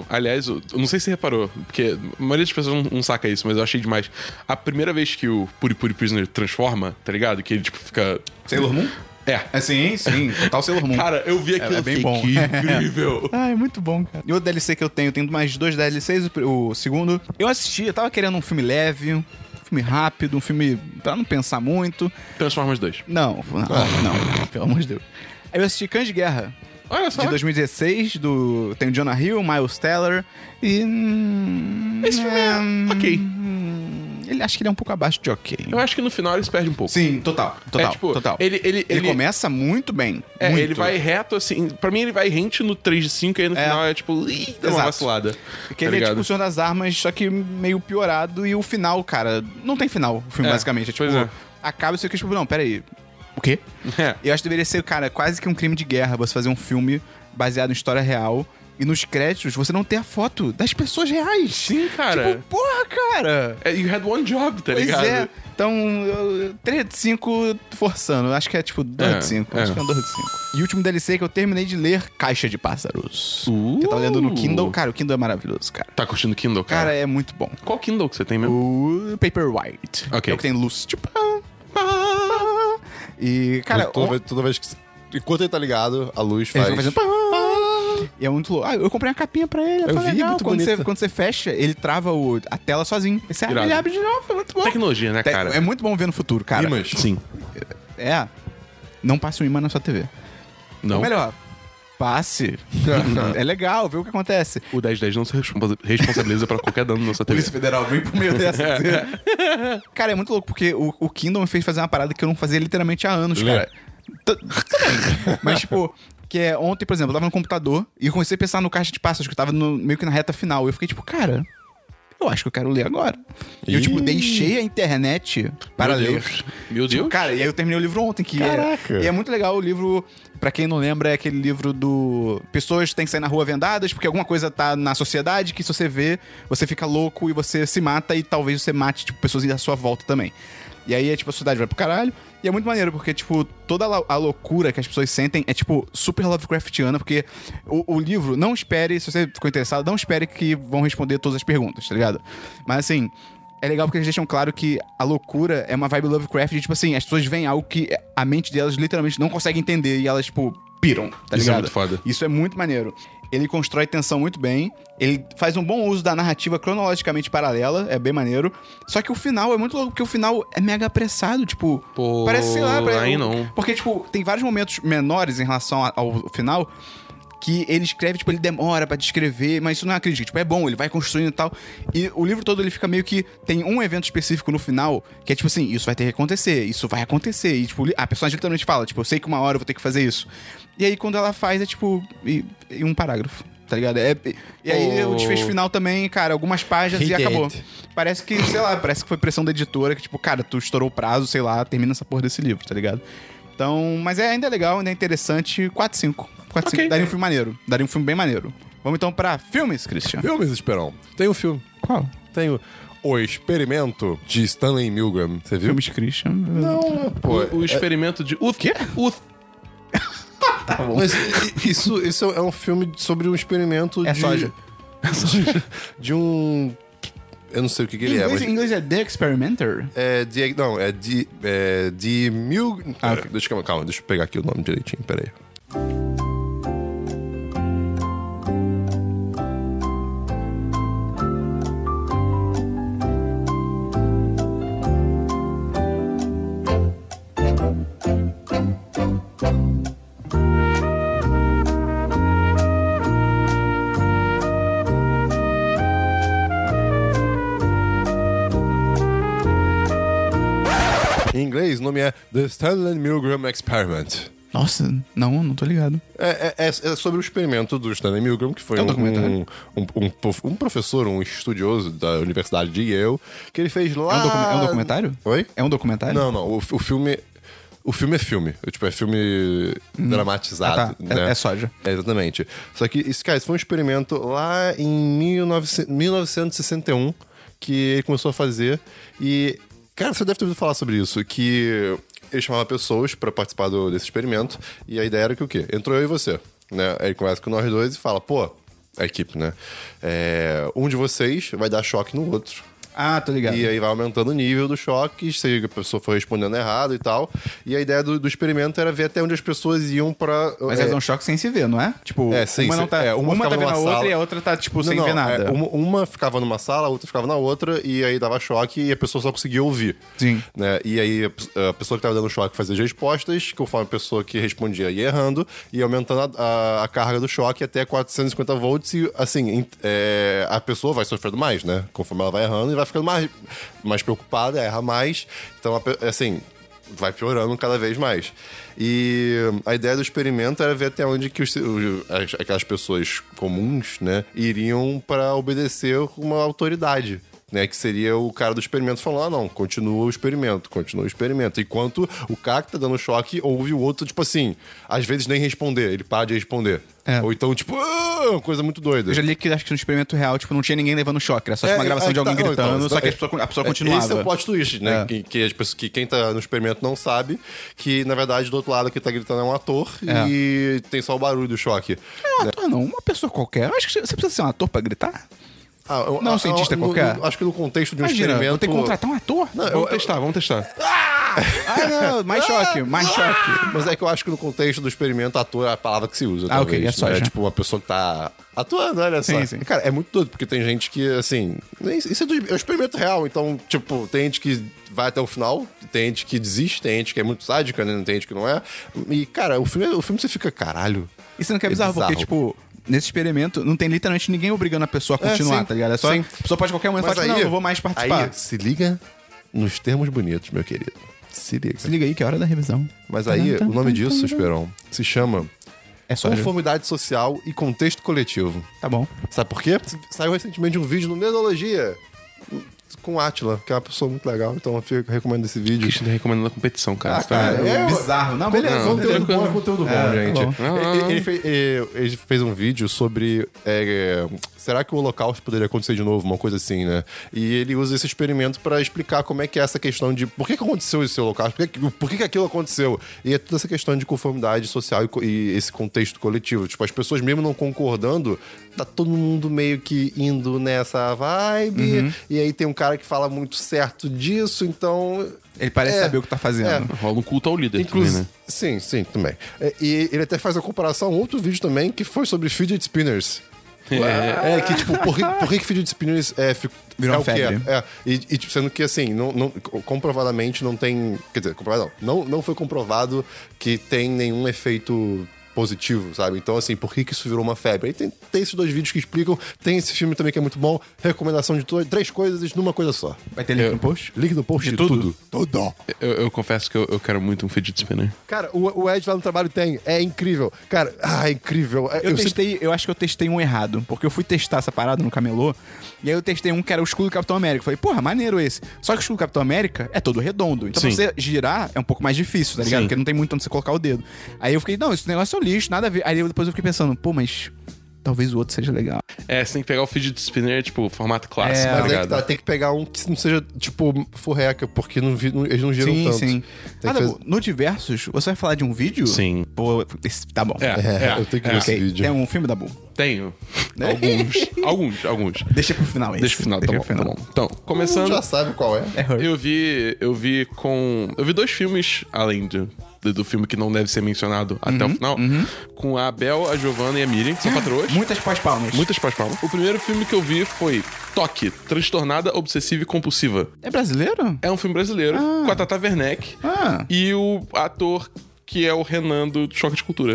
o- aliás, o- eu não sei se você reparou, porque a maioria das pessoas não, não saca isso, mas eu achei demais. A primeira vez que o Puri Puri Prisoner transforma, tá ligado? Que ele, tipo, fica...
Sailor Moon?
É.
É, sim, sim. Total Sailor Moon.
Cara, eu vi aquilo
É, é bem
eu
bom.
fiquei, Que incrível.
Ah, é muito bom, cara. E outro DLC que eu tenho, eu tenho mais dois DLCs, o pr- o, segundo. Eu assisti, eu tava querendo um filme leve, um filme rápido, um filme pra não pensar muito.
Transformers 2.
Não,
Ah.
não, não, pelo amor de Deus. Aí eu assisti Cães de Guerra,
Olha só.
de 2016, do... tem o Jonah Hill, Miles Teller, e... hum,
Esse filme é ok.
hum, Ele, acho que ele é um pouco abaixo de ok.
Eu acho que no final ele se perde um pouco.
Sim, total, total,
é, tipo,
total.
Ele, ele,
Ele
ele-
começa muito bem,
É,
muito.
ele vai reto assim. Pra mim, ele vai rente no 3 de 5 e aí no final é tipo. Ih, dá uma
Exato.
vacilada.
Porque
tá
ele é
ligado?
tipo o Senhor das Armas, só que meio piorado. E o final, cara, não tem final, o filme,
É,
basicamente. É tipo,
pois é.
acaba e você fica tipo, não, peraí, o quê?
É.
Eu acho que deveria ser, cara, quase que um crime de guerra você fazer um filme baseado em história real e nos créditos você não ter a foto das pessoas reais.
Sim, cara.
Tipo, porra, cara!
É, You had one job, tá
Pois
ligado?
é. Então, eu- 3 de 5 forçando. Eu Acho que é tipo 2
É,
de 5.
é.
Acho que é um 2 de 5. E o último DLC que eu terminei de ler, Caixa de Pássaros. Que eu tava lendo
Uh.
no Kindle. Cara, o Kindle é maravilhoso, cara.
Tá curtindo Kindle, cara?
Cara, é muito bom.
Qual Kindle que você tem mesmo?
O Paperwhite.
Ok.
É o que tem luz, tipo... pá, pá. E, cara...
toda,
o-
vez, toda vez que. Enquanto ele tá ligado, a luz
Ele
faz.
fica fazendo... pá, pá. E é muito louco. Ah, eu comprei uma capinha pra ele. Eu
Eu
legal.
vi, é muito
quando,
bonita.
você, quando você fecha, ele trava o- a tela sozinho. Você abre,
Irado.
ele abre de novo. É muito bom.
Tecnologia, né,
Te-
cara?
É muito bom ver no futuro, cara.
Imãs.
Sim.
É. Não passe um imã na sua TV.
Não.
Ou melhor, passe. é legal, vê o que acontece.
O 1010 não se responsa- responsabiliza pra qualquer dano na sua TV.
Federal vem pro meio dessa. cara, é muito louco, porque o, o Kindle me fez fazer uma parada que eu não fazia literalmente há anos,
Lê.
cara. T- Também. Mas, tipo, que é ontem, por exemplo, eu tava no computador e eu comecei a pensar no caixa de passos, que eu tava no- meio que na reta final. E eu fiquei, tipo, cara. Eu acho que eu quero ler agora. E eu, tipo,
Ih.
deixei a internet para
Meu
ler.
Deus. Meu
Tipo,
Deus.
cara, e aí eu terminei o livro ontem, que
Caraca.
É, e é muito legal o livro, pra quem não lembra, é aquele livro do pessoas têm que sair na rua vendadas porque alguma coisa tá na sociedade que se você vê, você fica louco e você se mata e talvez você mate tipo pessoas à sua volta também. E aí é tipo a sociedade vai pro caralho. E é muito maneiro, porque, tipo, toda a, lo- a loucura que as pessoas sentem é, tipo, super Lovecraftiana, porque o, o livro, não espere, se você ficou interessado, não espere que vão responder todas as perguntas, tá ligado? Mas assim, é legal porque eles deixam claro que a loucura é uma vibe Lovecraft de, tipo assim, as pessoas veem algo que a mente delas literalmente não consegue entender e elas, tipo, piram, tá
Isso é
ligado?
muito foda.
Isso é muito maneiro. Ele constrói tensão muito bem, ele faz um bom uso da narrativa cronologicamente paralela, é bem maneiro. Só que o final é muito louco, porque o final é mega apressado, tipo.
Pô,
parece, sei lá, parece,
aí não.
Porque, tipo, tem vários momentos menores em relação a- ao final que ele escreve, tipo, ele demora pra descrever, mas isso não é uma crítica, tipo, é bom, ele vai construindo e tal. E o livro todo ele fica meio que tem um evento específico no final, que é tipo assim, isso vai ter que acontecer, isso vai acontecer. E tipo, li- a personagem literalmente fala, tipo, eu sei que uma hora eu vou ter que fazer isso. E aí quando ela faz é tipo, e, e um parágrafo. Tá ligado? É- e- e aí
Oh.
o desfecho final também, cara, algumas páginas e
Hate
acabou.
it.
Parece que, sei lá, parece que foi pressão da editora que, tipo, cara, tu estourou o prazo, sei lá, termina essa porra desse livro, tá ligado? Então, mas é, ainda é legal, ainda é interessante. 4, 5. 4, 5. Daria um filme maneiro. Daria um filme bem maneiro. Vamos então pra filmes, Christian.
Filmes, Esperão. Tem um filme.
Qual?
Tem o, o Experimento de Stanley Milgram. Você viu?
Filmes, Christian.
Não, pô.
É-
O experimento de. O quê? O.
Mas i- isso, isso é um filme sobre um experimento
É
de. É
soja.
De um. Eu não sei o que, que
Em
ele é,
inglês,
mas.
em inglês é The Experimenter?
É de. Não, é de. É de mil. é,
Ah, ok.
deixa, calma, calma, deixa eu pegar aqui o nome direitinho, peraí. nome é The Stanley Milgram Experiment.
Nossa, não, não tô ligado.
É, é- é- é sobre o experimento do Stanley Milgram, que foi
É um
um, um,
documentário.
um- um prof- um professor, um estudioso da Universidade de Yale, que ele fez
É
lá...
um, docu- é um documentário?
Oi?
É um documentário?
Não, não. O, o filme. O filme é filme. É, Tipo, é filme dramatizado.
Ah, tá. É-
né?
é sódio.
É, exatamente. Só que, isso, cara, isso foi um experimento lá em 1900 1961 que ele começou a fazer. E, cara, você deve ter ouvido falar sobre isso. Que ele chamava pessoas pra participar do- desse experimento. E a ideia era que o quê? Entrou eu e você. Né? Aí ele conversa com nós dois e fala: pô, a equipe, né? É, um de vocês vai dar choque no outro.
Ah, tô ligado.
E aí vai aumentando o nível do choque, se a pessoa for respondendo errado e tal. E a ideia do, do experimento era ver até onde as pessoas iam pra.
Mas
é,
elas dão choque sem se ver, não é? Tipo,
É, sim,
uma
sim.
não tá,
É, uma
uma tá
ficava
vendo a
numa
outra
sala.
e a outra tá, tipo,
não,
sem
não,
ver
é,
nada.
uma, uma ficava numa sala, a outra ficava na outra, e aí dava choque e a pessoa só conseguia ouvir.
Sim.
Né? E aí a pe- a pessoa que tava dando choque fazia as respostas, conforme a pessoa que respondia ia errando, e aumentando a, a- a carga do choque até 450 volts, e assim, em- é, a pessoa vai sofrendo mais, né? Conforme ela vai errando e vai ficando mais, mais preocupada, erra mais. Então, a pe- assim, vai piorando cada vez mais. E a ideia do experimento era ver até onde que os, os- as- aquelas pessoas comuns, né, iriam para obedecer uma autoridade. Né, que seria o cara do experimento falando: ah, não, continua o experimento, continua o experimento. Enquanto o cara que tá dando choque ouve o outro, tipo assim, às vezes nem responder, ele para de responder.
É.
Ou então, tipo, "Ah", uma coisa muito doida.
Eu já li que acho que no experimento real, tipo, não tinha ninguém levando choque, era só tipo, uma
É,
gravação
é
de
que tá-
alguém
não, então,
gritando, só que
é-
a pessoa, a pessoa
é-
continuava.
Esse é o plot twist, né?
É.
Que, que as pessoas- que quem tá no experimento não sabe que, na verdade, do outro lado que tá gritando é um ator
É.
e tem só o barulho do choque. Né?
Não, um ator não, uma pessoa qualquer. Eu acho que você precisa ser um ator pra gritar.
Ah, eu-
Não, é um
ah,
cientista
no-
qualquer.
no- acho que no contexto de um
Imagina,
experimento...
eu tenho que contratar um ator?
Não, eu-
Vamos testar, vamos testar.
Ah, não, mais choque, mais choque.
Mas é que eu acho que no contexto do experimento, ator é a palavra que se usa.
Ah,
talvez,
ok, é só
né?
já.
Tipo, uma pessoa que tá atuando, olha só.
Sim, sim.
Cara, é muito doido, porque tem gente que, assim. nem- Isso é, do, é um experimento real, então, tipo, tem gente que vai até o final, tem gente que desiste, tem gente que é muito sádica, né? Tem gente que não é. E, cara, o filme, é, o filme você fica, caralho.
Isso não que é bizarro, porque, tipo, nesse experimento, não tem literalmente ninguém obrigando a pessoa a
É,
continuar,
sim,
tá ligado? É só,
sim.
a pessoa pode a qualquer momento
Mas
falar, tipo,
aí-
não, não vou mais participar.
Aí, se liga nos termos bonitos, meu querido. Se liga.
Se liga aí que é hora da revisão.
Mas aí, o nome disso, Esperão, se chama
É só.
Conformidade Social e Contexto Coletivo.
Tá bom.
Sabe por quê? Saiu recentemente um vídeo no Nenologia com Atila, que é uma pessoa muito legal, então eu fico- recomendo esse vídeo.
Christian tá recomendando a competição, cara. Você tá-
Cara,
é,
é
eu-
bizarro. Não,
Beleza,
beleza. um
conteúdo bom é conteúdo bom,
É,
gente.
tá
bom.
Ele- Ele, fez, eh, ele fez um vídeo sobre eh, será que o holocausto poderia acontecer de novo, uma coisa assim, né? E ele usa esse experimento pra explicar como é que é essa questão de por que, que aconteceu esse holocausto, por que, que- por que, que aquilo aconteceu. E é toda essa questão de conformidade social e, co- e esse contexto coletivo. Tipo, as pessoas mesmo não concordando, tá todo mundo meio que indo nessa vibe.
Uhum.
E aí tem um cara que fala muito certo disso, então
Ele parece
É.
saber o que tá fazendo.
Rola um culto ao líder
Inclusive,
também, né?
Sim, sim, também. É, E ele até faz a comparação a outro vídeo também que foi sobre fidget spinners. É, que tipo, por que, por que que fidget spinners é, fi-
Virou
é
uma
o que é?
febre.
É, e, e, tipo, sendo que assim, não, não- comprovadamente não tem. Quer dizer, comprovado não, não. Não foi comprovado que tem nenhum efeito positivo, sabe? Então, assim, por que, que isso virou uma febre? Aí tem, tem esses dois vídeos que explicam, tem esse filme também que é muito bom, recomendação de to- três coisas numa coisa só.
Vai ter link no post?
Link no post de, tudo. Tudo.
Eu, eu confesso que eu, eu quero muito um fidget spinner.
Cara, o, o Ed lá no trabalho tem. É incrível. Cara, ah, é incrível. É,
Eu,
sempre-
testei, eu acho que eu testei um errado, porque eu fui testar essa parada no camelô, e aí eu testei um que era o escudo do Capitão América. Eu Falei, porra, maneiro esse. Só que o escudo do Capitão América é todo redondo. Então pra
Sim.
você girar é um pouco mais difícil, tá ligado?
Sim.
Porque não tem muito onde você colocar o dedo. Aí eu fiquei, não, esse negócio é um lixo, nada a ver. Aí eu- depois eu fiquei pensando, pô, mas talvez o outro seja legal.
É, você tem que pegar o fidget spinner, tipo, formato clássico,
É,
tá
Mas é que
ligado?
tá, tem que pegar um que não seja, tipo, furreca, porque não vi- não- eles não giram tanto. Tem
Ah,
que
tá
fazer-
bom. no Diversos, você vai falar de um vídeo?
Sim.
Pô, esse- tá bom.
É,
É, Né?
é,
eu tenho que
é.
ver esse
Ok,
vídeo.
É um filme da Bull.
Tenho. Alguns. alguns, alguns.
Deixa pro final esse.
Deixa o final, tá
Deixa
bom,
pro
tá bom. Então,
Todo mundo
começando.
já sabe qual é.
É Her.
Eu vi. Eu vi com. Eu vi dois filmes, além de, do- do filme que não deve ser mencionado até o final. Com a Abel, a Giovanna e a Miriam, que são patroas.
Muitas pós-palmas.
Muitas pós palmas. O primeiro filme que eu vi foi Toque, Transtornada, Obsessiva e Compulsiva.
É brasileiro?
É um filme brasileiro, com a Tata Werneck.
Ah.
E o ator que é o Renan do Choque de Cultura.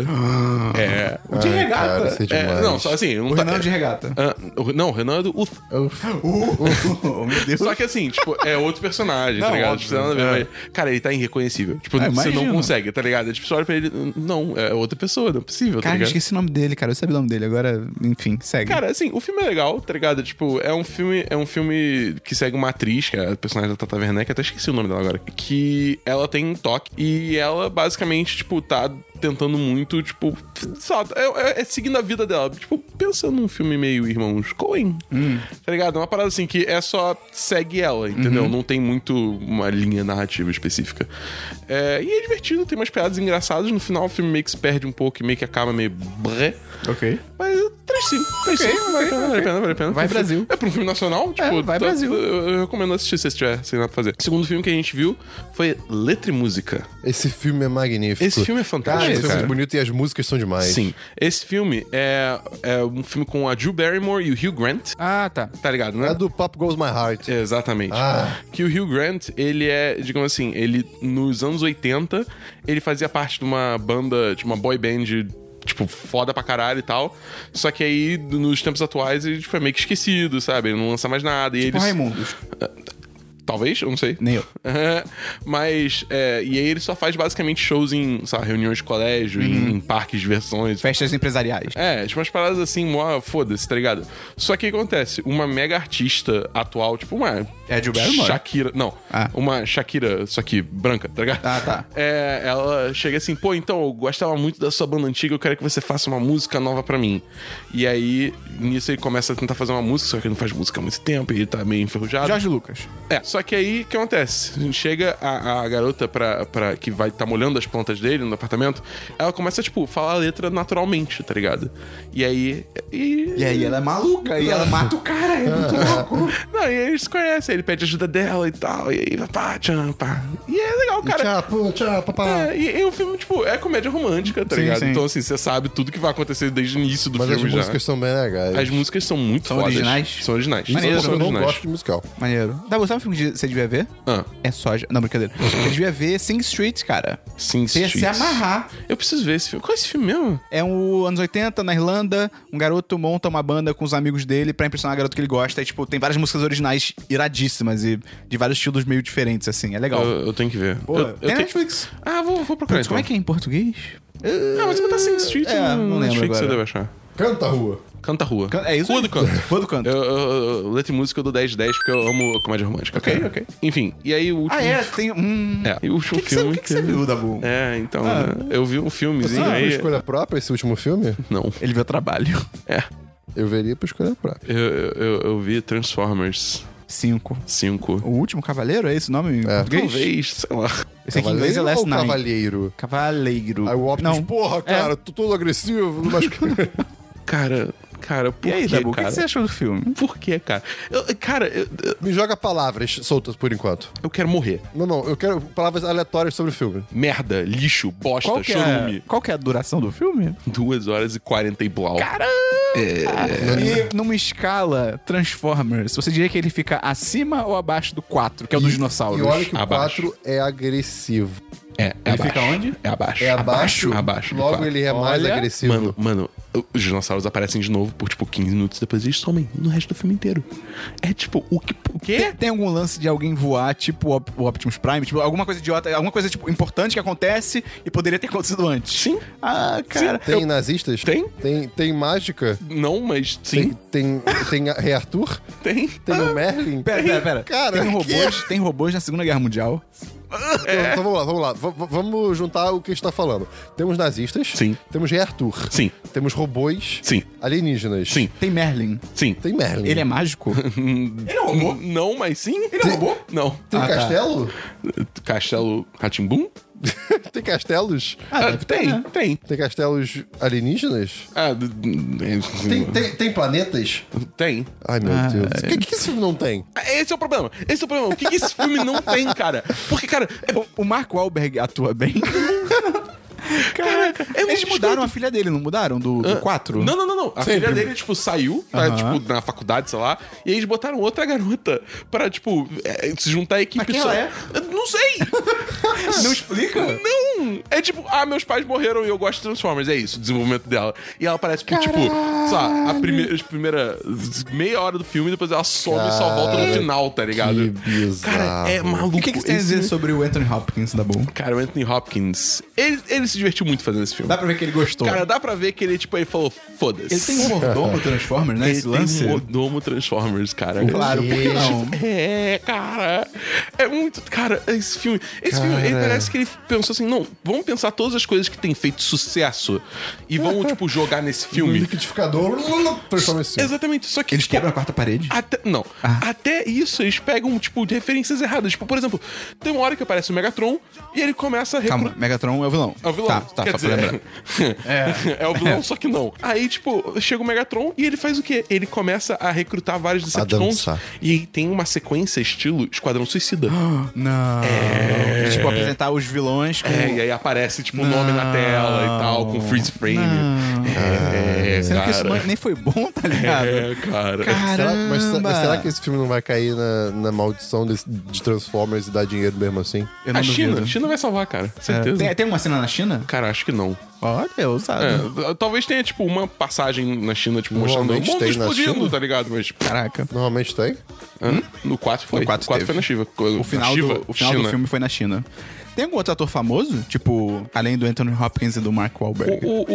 é.
De
Ai,
regata.
cara, sei
é,
demais.
Não, só assim. Não
Ah. O
tá-
Renan é de regata.
Ah, o- não, o Renan é do Uth.
Uh, meu Deus.
Só que assim, tipo, é outro personagem,
Não,
tá ligado?
óbvio,
Tipo, nada a ver,
é.
mas- Cara, ele tá irreconhecível. Tipo,
Ah,
você não
imagino.
consegue, tá ligado? É tipo, você olha pra ele. Não, é outra pessoa, não é possível, tá
Cara, eu
ligado?
esqueci o nome dele, cara. Eu sabia o nome dele. Agora, enfim, segue.
Cara, assim, o filme é legal, tá ligado? Tipo, é um filme, é um filme que segue uma atriz, que é a personagem da Tata Werneck, até esqueci o nome dela agora, que ela tem um toque e ela basicamente, tipo, tá tentando muito, tipo, sabe, é, é- é seguindo a vida dela, tipo, pensando num filme meio Irmãos Coen, tá ligado? É uma parada assim que é só segue ela, entendeu? Não tem muito uma linha narrativa específica. É, e é divertido, tem umas piadas engraçadas, no final o filme meio que se perde um pouco e meio que acaba meio... bré.
ok.
Mas 3-5. 3-5, vale a pena, vale a pena, vale a pena.
Vai,
É um filme-
Brasil.
É pra um filme nacional, tipo.
vai, Brasil.
Eu, eu recomendo assistir se você tiver sem nada pra fazer. O segundo filme que a gente viu foi Letra e Música.
Esse filme é magnífico.
Esse filme é
Cara,
fantástico,
Ah,
esse filme é
cara.
muito bonito e as músicas são demais.
Sim. Esse filme é, é um filme com a Drew Barrymore e o Hugh Grant.
Ah, tá.
Tá ligado, né?
É do Pop Goes My Heart.
É. Exatamente.
Ah.
Que o Hugh Grant, ele é, digamos assim, ele nos anos 80, ele fazia parte de uma banda, de uma boy band, tipo, foda pra caralho e tal. Só que aí, do- nos tempos atuais, ele foi meio que esquecido, sabe? Ele não lança mais nada. e
Tipo
eles...
Raimundos.
Talvez, eu não sei.
Nem eu.
Mas, é, e aí ele só faz basicamente shows em, sabe, reuniões de colégio,
Uhum.
em, em parques de diversões,
Festas empresariais.
é, tipo umas paradas assim, mó foda-se, tá ligado? Só que o que acontece? Uma mega artista atual, tipo uma.
É a Jill Barrymore?
Shakira. Não.
Ah.
Uma Shakira, só que branca, tá ligado?
Ah, tá.
É, ela chega assim, pô, então, eu gostava muito da sua banda antiga, eu quero que você faça uma música nova pra mim. E aí, nisso ele começa a tentar fazer uma música, só que ele não faz música há muito tempo, ele tá meio enferrujado.
Jorge Lucas.
É, só que aí o que acontece? Chega a, a garota pra, pra, que vai tá molhando as plantas dele no apartamento, ela começa, tipo, falar a letra naturalmente, tá ligado? E aí. E,
E aí ela é maluca e ela mata o cara, é muito louco.
Não, e aí eles se conhecem, aí ele pede ajuda dela e tal, e aí pá, tchan, pá. E é legal,
E
cara.
Tchau, pô, tchau, papá.
É, e, e o filme, tipo, é comédia romântica, tá
Sim,
ligado?
sim.
Então, assim, você sabe tudo que vai acontecer desde o início do
Mas as
filme já.
músicas são bem legais. é
As músicas são muito
São
fodas.
originais?
São originais.
Maneiro.
Eu
são
não
originais.
gosto de musical.
Maneiro. Tá, sabe o filme que você devia ver?
Ah,
É soja. Não, brincadeira. Você devia ver Sing Street, cara.
sim,
Você ia se amarrar.
Eu preciso ver esse filme. Qual é esse filme mesmo?
É um anos 80, na Irlanda, um garoto monta uma banda com os amigos dele pra impressionar a garota que ele gosta. E, tipo, tem várias músicas originais iradíssimas e de vários estilos meio diferentes, assim. É legal.
Eu, eu tenho que ver.
Pô,
eu, eu
tem Netflix.
Ah, vou, vou procurar
Mas como é que é em português?
é? Ah, mas botar Sing Street
É,
no
não lembro
Netflix
agora.
você deve achar.
Canta, rua.
Canta Rua.
Can- É isso?
Rua do Canto.
Rua do Canto.
Eu, eu- eu- letra e música eu dou 10 de 10 porque eu amo comédia romântica. Ok, ok. Enfim, e aí o último...
Ah, é? Tem um...
É, e o último
que que
filme...
você- que que você viu, Ah. Dabu?
É, então, né, eu vi um
Você viu
filmezinho
por
aí...
escolha própria esse último filme?
Não,
Ele vê o trabalho.
é.
Eu veria por escolha própria.
Eu, eu, eu vi Transformers
Cinco.
5.
O Último Cavaleiro, é esse o nome em
É.
português?
Talvez, sei lá.
Eu sei que em inglês é Last
ou
Nine.
Cavalheiro?
Cavaleiro.
Aí o Optimus,
Não. É.
porra, cara, tô todo agressivo. Mas...
Cara, cara, por
E aí,
quê,
Dabu, o que,
cara?
que você achou do filme?
Por que, cara? Eu- cara, eu,
Me joga palavras soltas por enquanto.
eu quero morrer.
Não, não, eu quero palavras aleatórias sobre o filme.
Merda, lixo, bosta,
Qual que, é,
chorume.
qual que é a duração do filme?
Duas horas e 40 e blau.
Caramba!
É.
E numa escala Transformers, você diria que ele fica acima ou abaixo do 4, que é o dos
E
dinossauros?
olha que o
Abaixo.
4 é agressivo.
É, é
Ele fica onde?
É abaixo.
É abaixo?
Abaixo. do
Logo
quadro.
ele é mais
Olha.
agressivo.
Mano, mano, os dinossauros aparecem de novo por tipo 15 minutos, depois eles somem no resto do filme inteiro. É tipo, o que.
Tem,
O quê?
tem algum lance de alguém voar, tipo o Op- o Optimus Prime? Tipo, alguma coisa idiota, alguma coisa, tipo, importante que acontece e poderia ter acontecido antes.
Sim.
Ah, cara.
Tem nazistas?
Tem?
Tem, tem mágica?
Não, mas sim,
Tem, tem a- Rei Arthur?
tem.
Tem o Merlin?
Pera, pera, pera.
Cara,
tem, robôs,
é?
tem robôs na Segunda Guerra Mundial.
Então vamos lá, vamos lá. V- v- vamos juntar o que a gente tá falando. Temos nazistas.
Sim.
Temos Rei Arthur.
Sim.
Temos robôs.
Sim.
Alienígenas.
Sim.
Tem Merlin.
Sim.
Tem Merlin.
Ele é mágico? é
Ele
um
roubou? Não, mas sim. Ele roubou? Não.
Tem
Ah, tá.
castelo?
Castelo Ratimbum?
tem castelos?
Ah,
Ah,
deve
tem,
ter, né?
tem.
Tem castelos alienígenas?
Ah, d- d-
tem, planetas?
tem.
Ai, meu Deus. O que, que esse filme não tem?
Ah, Esse é o problema. Esse é o problema. O que, que esse filme não tem, cara? Porque, cara, é-
O Marco Alberg atua bem. Caraca, eles
muito
mudaram a filha dele, não mudaram? Do
Ah,
4?
Não, não, não, não. A
Um Sempre.
filha dele, tipo, saiu, tá,
Aham.
tipo, na faculdade, sei lá. E aí eles botaram outra garota pra, tipo, é, se juntar à equipe
Mas quem
só.
ela é?
Eu Não sei!
Não explica?
não! É tipo, ah, meus pais morreram e eu gosto de Transformers. É isso, o desenvolvimento dela. E ela parece, que, tipo, sei lá, a primeira, as primeira meia hora do filme, depois ela some e só volta no
Cara,
final, tá ligado?
que bizarro.
Cara, é maluco.
O que, que você tem a
Esse-
dizer sobre o Anthony Hopkins da Bull?
Cara, o Anthony Hopkins, ele, ele se divertiu muito fazendo esse filme.
Dá pra ver que ele gostou.
Cara, dá pra ver que ele, tipo, ele falou, foda-se.
ele tem um mordomo Transformers, né?
Ele
esse
tem
lance?
um mordomo Transformers, cara.
Claro, por que não?
É, cara. É muito. Cara, esse filme. Esse filme, ele parece que ele pensou assim: não, vamos pensar todas as coisas que tem feito sucesso e vamos, tipo, jogar nesse
Um
filme.
liquidificador transforma esse filme.
Exatamente, só que.
Eles
tipo,
quebram a quarta parede? Ah.
até, não. Até isso, eles pegam, tipo, referências erradas. Tipo, por exemplo, tem uma hora que aparece o Megatron e ele começa a recrutar.
Calma, Megatron é o vilão.
É o vilão.
Tá, tá,
Quer
só
dizer,
pra lembrar.
É. o vilão, só que não. Aí, tipo, chega o Megatron e ele faz o quê? Ele começa a recrutar vários Decepticons.
dançar.
E aí tem uma sequência estilo Esquadrão Suicida.
Não. É... Tipo, apresentar os vilões com...
É, e aí aparece, tipo, o nome na tela e tal, com freeze frame. É,
Sendo que isso
cara.
nem foi bom, tá ligado?
É, cara.
Caramba.
Será- mas, se- mas será que esse filme não vai cair na, na maldição desse- de Transformers e dar dinheiro mesmo assim?
Eu não
A China,
duvido.
a China vai salvar, cara.
É,
Certeza.
Tem, tem uma cena na China?
Cara, acho que não.
Olha, ousado.
É, talvez tenha, tipo, uma passagem na China,
Um
tipo, mostrando o
Normalmente
mundo
tem na
explodindo,
China.
tá ligado? Mas, tipo,
Caraca.
Normalmente tem?
hã? no 4 foi.
No quatro
o 4
teve.
foi na Shiva.
O final, do, o final do filme foi na China. Tem algum outro ator famoso? Tipo, além do Anthony Hopkins e do Mark Wahlberg?
O, o,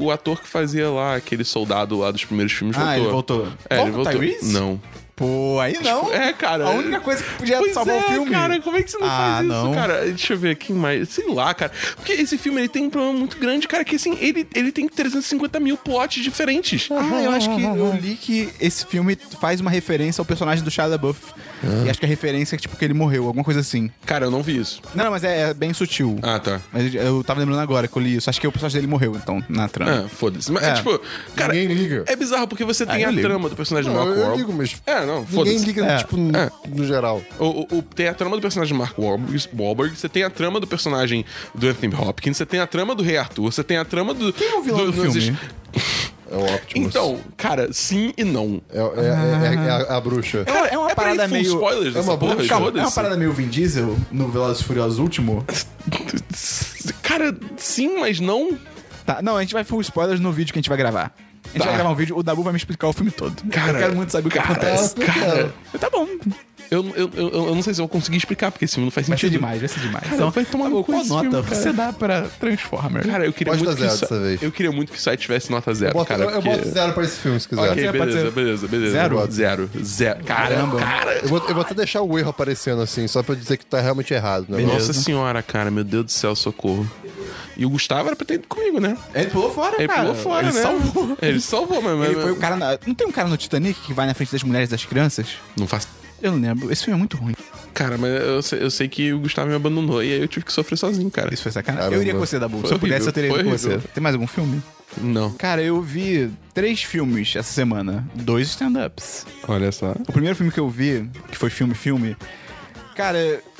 o, o ator que fazia lá aquele soldado lá dos primeiros filmes
Ah, ele
voltou.
voltou.
É,
Volta
ele
o
voltou.
Tyrese?
Não.
Pô, aí não.
É, cara.
A única coisa que podia
Pois
salvar
é,
o filme.
cara, como é que você não
Ah,
faz isso,
não.
cara? Deixa eu ver, quem mais? Sei lá, cara. Porque esse filme, ele tem um problema muito grande, cara, que assim, ele, ele tem 350 mil plots diferentes.
Ah, eu acho que eu li que esse filme faz uma referência ao personagem do Shia LaBeouf.
Ah.
E acho que a referência é tipo que ele morreu, alguma coisa assim.
Cara, eu não vi isso.
Não, mas é, é bem sutil.
Ah, tá.
Mas eu tava lembrando agora que eu li isso. Acho que o personagem dele morreu, então, na trama.
Ah, foda-se. Mas,
É. Ah,
tipo, cara,
Ninguém liga.
é bizarro porque você tem
eu
a
ligo.
trama do personagem do
Não,
Mark
eu, eu
Wahlberg.
ligo, mas.
É, não,
Ninguém
foda-se.
liga,
É.
tipo, no,
É.
no geral.
O, o- o- tem a trama do personagem Mark Wahlberg, Wahlberg, você tem a trama do personagem do Anthony Hopkins, você tem a trama do Rei Arthur, você tem a trama do. Quem
é o vilão do filme?
É o Optimus.
Então, cara, sim e não.
É, é- é- é- é a, a bruxa.
uma- é uma
pra ir
parada
full
meio-
spoilers
é uma
dessa
boa-
porra,
Calma, é uma
foda-se.
parada meio Vin Diesel no Velozes e Furiosos último?
Cara, sim, mas não.
Tá, não, a gente vai full spoilers no vídeo que a gente vai gravar. A gente
Tá.
vai gravar um vídeo, o Dabu vai me explicar o filme todo.
Cara,
eu quero muito saber o que
cara,
acontece.
Cara,
Tá bom.
eu, eu, eu, eu não sei se eu vou conseguir explicar, porque esse filme não faz
Vai ser
sentido.
demais, vai ser demais.
Cara, vai tomar no
Dabu,
cu
qual
esse
nota
filme, cara.
você dá pra Transformer?
Cara, eu queria
Bota
muito que
zero
isso-
dessa vez.
Eu queria muito que o site tivesse nota
Eu
zero,
boto,
cara.
eu
porque-
boto zero pra esse filme, se quiser.
Ok,
Zero, pode
beleza,
ser.
beleza, beleza.
Zero?
Zero. Zero. Cara,
Caramba.
cara.
Eu vou, eu vou até deixar o erro aparecendo assim, só pra dizer que tá realmente errado. Né?
Beleza.
Nossa senhora, cara, meu Deus do céu, socorro. E o Gustavo era pra ter ido comigo, né?
Ele pulou fora,
Ele
cara.
pulou fora,
ele
né?
salvou.
Ele salvou, mas.
Ele
mas-
foi o cara na- Não tem um cara no Titanic que vai na frente das mulheres e das crianças?
Não faço.
Eu não lembro. Esse filme é muito ruim.
Cara, mas eu sei, eu sei que o Gustavo me abandonou e aí eu tive que sofrer sozinho, cara.
Isso foi sacanagem.
Caramba.
Eu iria com você, Dabu.
Foi
Se eu pudesse,
horrível,
eu teria ido
foi
com você.
horrível.
Tem mais algum filme?
Não.
Cara, eu vi três filmes essa semana. Dois stand-ups.
Olha só.
O primeiro filme que eu vi, que foi filme-filme, cara,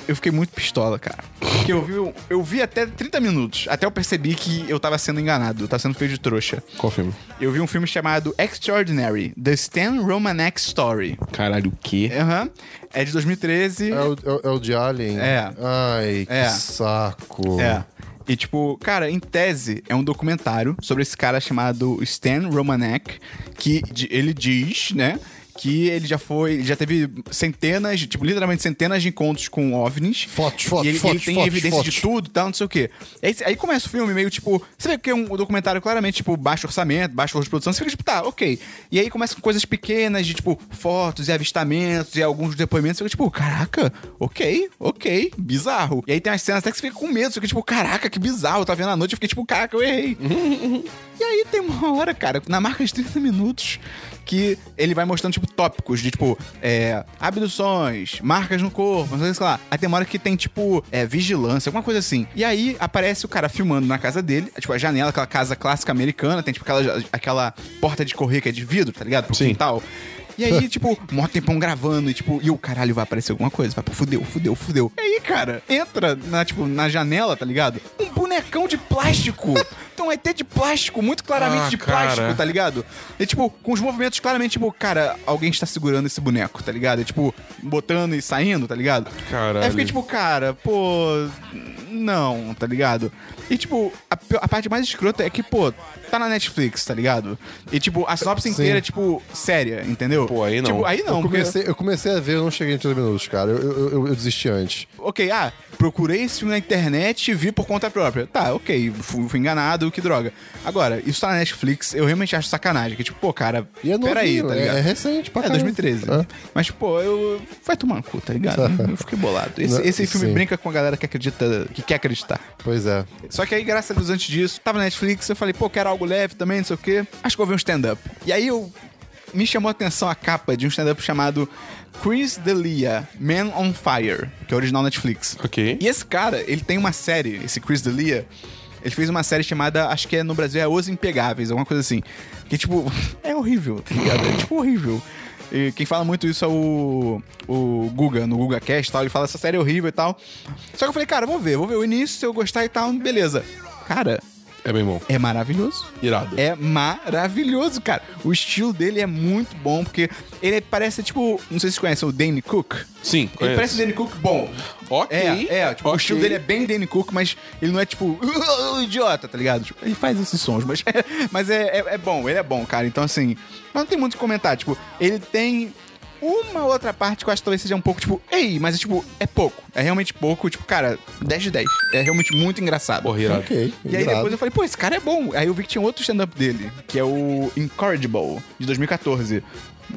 eu fiquei muito pistola, cara. Porque eu vi, eu vi até 30 minutos, até eu percebi que eu tava sendo enganado, eu tava sendo feio de trouxa.
Qual filme?
Eu vi um filme chamado Extraordinary, The Stan Romanek Story.
Caralho, o quê?
Aham. É de 2013.
É o, é, o- é o de Alien?
É.
Ai, que
É.
saco.
É. E, tipo, cara, em tese, é um documentário sobre esse cara chamado Stan Romanek, que di- ele diz, né? Que ele já foi, ele já teve centenas, de- tipo, literalmente centenas de encontros com OVNIs.
Fotos, fotos,
E ele,
fotos,
ele tem
fotos,
evidência
fotos.
de tudo e tal, não sei o quê. Aí, aí começa o filme meio tipo. Você vê que é um documentário claramente, tipo, baixo orçamento, baixo valor de produção. Você fica tipo, tá, ok. E aí começa com coisas pequenas de, tipo, fotos e avistamentos e alguns depoimentos. Você fica tipo, caraca, ok, ok, bizarro. E aí tem umas cenas até que você fica com medo. Você fica tipo, caraca, que bizarro. Eu tava vendo à noite, eu fiquei tipo, caraca, eu errei. E aí tem uma hora, cara, na marca de 30 minutos, que ele vai mostrando, tipo, tópicos de, tipo, é, abduções, marcas no corpo, não sei, sei lá. Aí tem uma hora que tem, tipo, é, vigilância, alguma coisa assim. E aí aparece o cara filmando na casa dele, tipo, a janela, aquela casa clássica americana, tem, tipo, aquela, aquela porta de correr que é de vidro, tá ligado? Pro
Sim.
quintal. E aí, tipo, mó tempão gravando e tipo, e o caralho vai aparecer alguma coisa, vai, pô, fudeu, fudeu, fudeu. E aí, cara, entra na, tipo, na janela, tá ligado? Um boneco bonecão de plástico. Então é ET de plástico, muito claramente
Ah,
de
cara.
plástico, tá ligado? É tipo, com os movimentos claramente, tipo, cara, alguém está segurando esse boneco, tá ligado? É tipo, botando e saindo, tá ligado?
Caralho.
Aí eu fiquei tipo, cara, pô. Não, tá ligado? E tipo, a, pi- a parte mais escrota é que, pô, tá na Netflix, tá ligado? E tipo, a sinopse inteira é tipo, séria, entendeu?
Pô, aí não.
Tipo, aí não.
eu,
porque-
comecei, eu comecei a ver, eu não cheguei em 30 minutos, cara. Eu, eu, eu- eu desisti antes.
ok, ah, procurei esse filme na internet e vi por conta própria. Tá, ok, fui, fui enganado, que droga. Agora, isso tá na Netflix, eu realmente acho sacanagem. Que tipo, pô, cara,
E é novinho,
peraí, tá
é-
ligado?
é recente pra
É,
caramba.
2013.
É.
Mas, pô, eu... Vai tomar no cu, tá ligado? Eu fiquei bolado. Esse,
Não,
esse filme
sim.
brinca com a galera que acredita, que quer acreditar.
Pois é.
Só que aí, graças a Deus, antes disso, tava na Netflix, eu falei, pô, quero algo leve também, não sei o quê. Acho que eu vi um stand-up. E aí eu. Me chamou a atenção a capa de um stand-up chamado Chris D'Elia, Man on Fire, que é original Netflix.
Ok.
E esse cara, ele tem uma série, esse Chris D'Elia, ele fez uma série chamada, acho que é no Brasil, é Os Impegáveis, alguma coisa assim. Que, tipo, é horrível, tá ligado? É, tipo, horrível. E quem fala muito isso é o, o Guga, no GugaCast e tal. Ele fala, essa série é horrível e tal. Só que eu falei, cara, vou ver, vou ver o início, se eu gostar e tal, beleza. Cara,
É bem bom.
é maravilhoso.
Irado.
É maravilhoso, cara. O estilo dele é muito bom, porque ele parece, tipo, não sei se vocês conhecem o Danny Cook.
Sim,
Ele
conheço.
parece o Danny Cook bom.
Ok.
É, é tipo, o
ok.
estilo dele é bem Danny Cook, mas ele não é tipo, "Uh, idiota, tá ligado? Tipo, ele faz esses sons, mas, mas é, é, é bom, ele é bom, cara. Então, assim, mas não tem muito o que comentar. Tipo, ele tem uma outra parte que eu acho que talvez seja um pouco tipo, ei, mas é tipo, é pouco. É realmente pouco, tipo, cara, 10 de 10. É realmente muito engraçado.
Porra, irado.
Ok.
Tá. E aí
irado.
depois eu falei, pô, esse cara é bom. Aí eu vi que tinha outro stand-up dele, que é o Incorrigible, de 2014.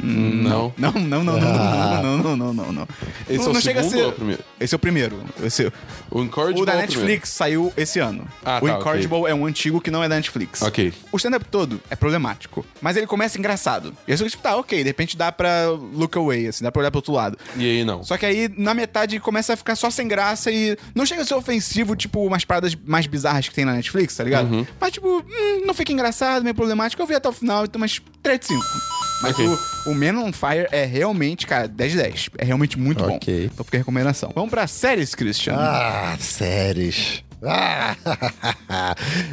Não.
Não, não, não, não, não, não, não, não, não, não.
Esse
não,
é o
não
segundo ou é o primeiro?
Esse é o primeiro. Esse,
O Incorrigible
o da
é o
Netflix saiu esse ano.
Ah,
o
tá,
Incorrigible é um antigo que não é da Netflix.
Ok.
O stand-up todo é problemático, mas ele começa engraçado. E eu sou tipo, tá, ok, de repente dá pra look away, assim, dá pra olhar pro outro lado.
E aí, não.
Só que aí, na metade, começa a ficar só sem graça e não chega a ser ofensivo, tipo, umas paradas mais bizarras que tem na Netflix, tá ligado?
Uhum.
Mas, tipo, hum, não fica engraçado, meio problemático. Eu vi até o final, então, mas 3 de 5. Mas
Ok.
o, o Men on Fire é realmente, cara, 10 de 10. É realmente muito
Ok.
bom. Então fica a recomendação. Vamos pra séries, Christian.
Ah, séries. Ah,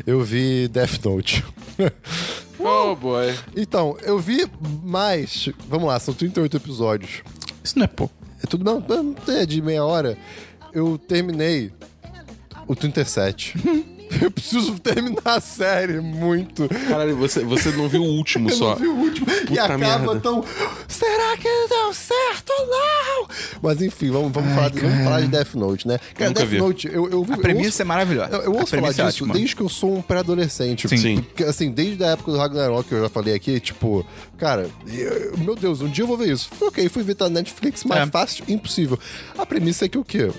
eu vi Death Note.
Oh, boy.
Então, eu vi mais. Vamos lá, são 38 episódios.
Isso não é pouco.
É tudo não, não, é de meia hora. Eu terminei o 37. eu preciso terminar a série muito.
Caralho, você, você não viu o último
Eu
só.
não vi o último. e
Puta
acaba
merda.
tão. Será que deu certo ou não? Mas enfim, vamos, vamos, falar, de, vamos falar de Death Note, né? Cara,
Nunca
Death
vi.
Note, eu, eu,
A premissa é maravilhosa.
eu, eu
A
ouço falar
premissa é
disso
ótima.
desde que eu sou um pré-adolescente.
Sim.
Sim.
Porque, assim, desde a época do Ragnarok, que eu já falei aqui, tipo, cara, eu- meu Deus, um dia eu vou ver isso. Falei, ok, fui ver tá na Netflix, mais
É.
fácil, impossível. A premissa é que o quê?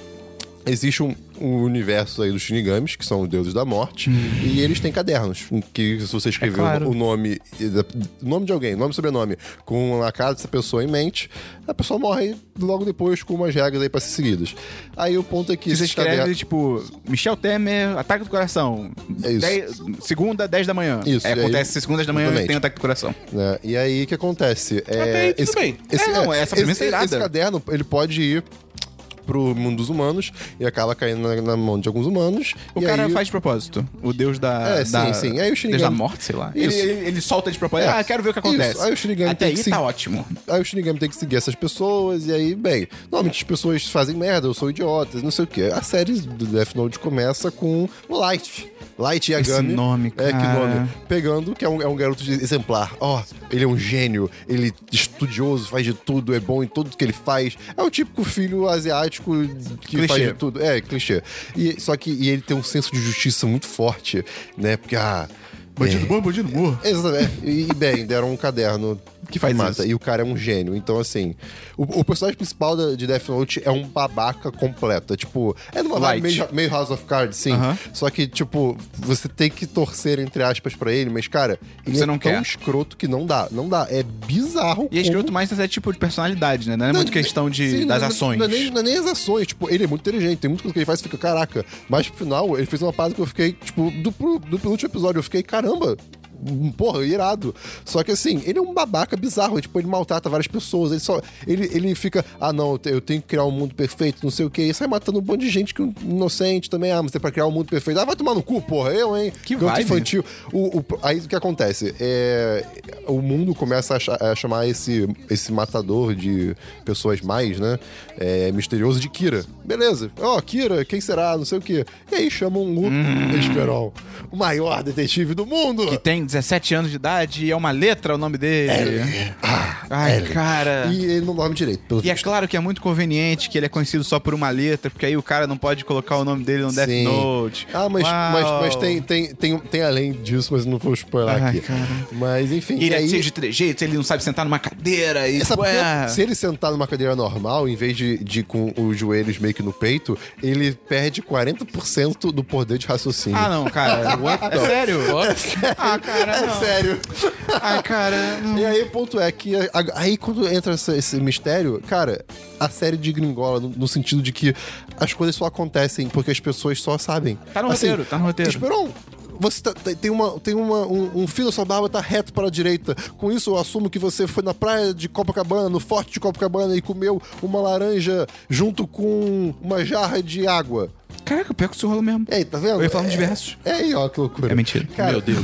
Existe um, um universo aí dos Shinigamis, que são os deuses da morte, e eles têm cadernos, em que se você escrever
Hum. É claro.
o o nome, e da- o nome de alguém, nome e sobrenome, com a cara dessa pessoa em mente, a pessoa morre logo depois com umas regras aí pra ser seguidas. Aí o ponto é que...
Se você
esses
escreve,
cadernos-
tipo, Michel Temer, ataque do coração.
É isso.
Dez- segunda, 10 da manhã.
Isso,
É,
e aí-
acontece segundas da manhã e
Exatamente.
tem ataque do coração.
né? E aí o que acontece?
Ah,
É,
Até aí, tudo
esse,
bem.
É, não, essa premissa
esse,
é irada.
Esse caderno, ele pode ir pro mundo dos humanos e acaba caindo na, na mão de alguns humanos.
O
e
cara
aí-
faz de propropósito. O deus da.
É, sim,
da,
sim. Aí o Shinigami-
Deus da morte, sei lá. Ele,
Isso.
ele, ele solta de propósito.
É.
Ah, quero ver o que
Isso.
acontece.
Aí o Shinigami
Até
tem
aí
que se-
tá ótimo.
Aí o Shinigami tem que seguir essas pessoas, e aí, bem, normalmente as pessoas fazem merda, eu sou idiotas, não sei o quê. A série do Death Note começa com o Light. Light Yagami.
Esse nome,
É, que
cara.
nome. Pegando, que é um, é um garoto de- exemplar. Ó, ele é um gênio, ele é estudioso, faz de tudo, é bom em tudo que ele faz. É o típico filho asiático que
Clichê.
faz de tudo. É, clichê. E, só que e ele tem um senso de justiça muito forte, né? Porque, ah... é,
bom, bandido burro.
Exatamente. E, e bem, deram um caderno
Que faz
mata.
isso.
E o cara é um gênio. Então, assim, o, o personagem principal da- de Death Note é um babaca completo. É tipo, é numa vibe
Light.
meio, meio House of Cards, sim.
Aham.
Só que, tipo, você tem que torcer, entre aspas, pra ele, mas, cara, ele
Você
é
não
tão
quer.
escroto que não dá. Não dá. É bizarro.
E é
como-
escroto mais nesse tipo de personalidade, né? Não é muito questão de,
Sim,
das
não é-
ações.
Não é, nem, não é nem as ações, tipo, ele é muito inteligente, tem muita coisa que ele faz e fica, caraca. Mas pro final, ele fez uma parada que eu fiquei, tipo, do, pro- do penúltimo episódio, eu fiquei, caramba, hum, porra, irado. Só que assim, ele é um babaca bizarro, tipo, ele maltrata várias pessoas, ele só. Ele, ele fica, ah não, eu te- eu tenho que criar um mundo perfeito, não sei o quê, e sai matando um monte de gente que não- inocente também, ah, mas é pra criar um mundo perfeito. Ah, vai tomar no cu, porra, eu, hein?
Que
Canto
vibe.
infantil. O, o- aí o que acontece? É, o mundo começa a, cha- a chamar esse, esse matador de pessoas mais, né? é, misterioso de Kira. Beleza. Ó, Kira, quem será? Não sei o quê. E aí chamam um o Esperol, o maior detetive do mundo.
Hum. Que tem 17 anos de idade e é uma letra o nome dele. Ai, cara.
E ele não dorme direito, pelo
E é claro que é muito conveniente que ele é conhecido só por uma letra, porque aí o cara não pode colocar o nome dele no Death
Sim.
Note.
Ah, mas, mas,
Uau.
mas tem, tem, tem, tem além disso, mas não vou spoiler
Ai,
aqui.
cara.
Mas enfim.
Ele
e
é
aí-
cheio de trejeitos, ele não sabe sentar numa cadeira e.
Essa
Ué.
porra, se ele sentar numa cadeira normal, em vez de, de com os joelhos meio que no peito, ele perde 40% do poder de raciocínio.
Ah, não, cara. É sério? Ah, cara,
É
não.
sério.
Ai, cara. não.
E aí o ponto é que a- a- aí quando entra essa- esse, mistério, cara, a série de gringola, no, no sentido de que as coisas só acontecem porque as pessoas só sabem. Assim,
Tá no roteiro, tá no roteiro.
Esperon, você tá- tem- tem uma, tem uma, um, um fio da sua barba tá reto para a direita. Com isso, eu assumo que você foi na praia de Copacabana, no forte de Copacabana, e comeu uma laranja junto com uma jarra de água.
Caraca, pior que isso rola mesmo.
E aí, tá vendo?
Eu ia falar um de
É-
versos.
É aí, ó, que loucura.
É mentira.
Meu Deus.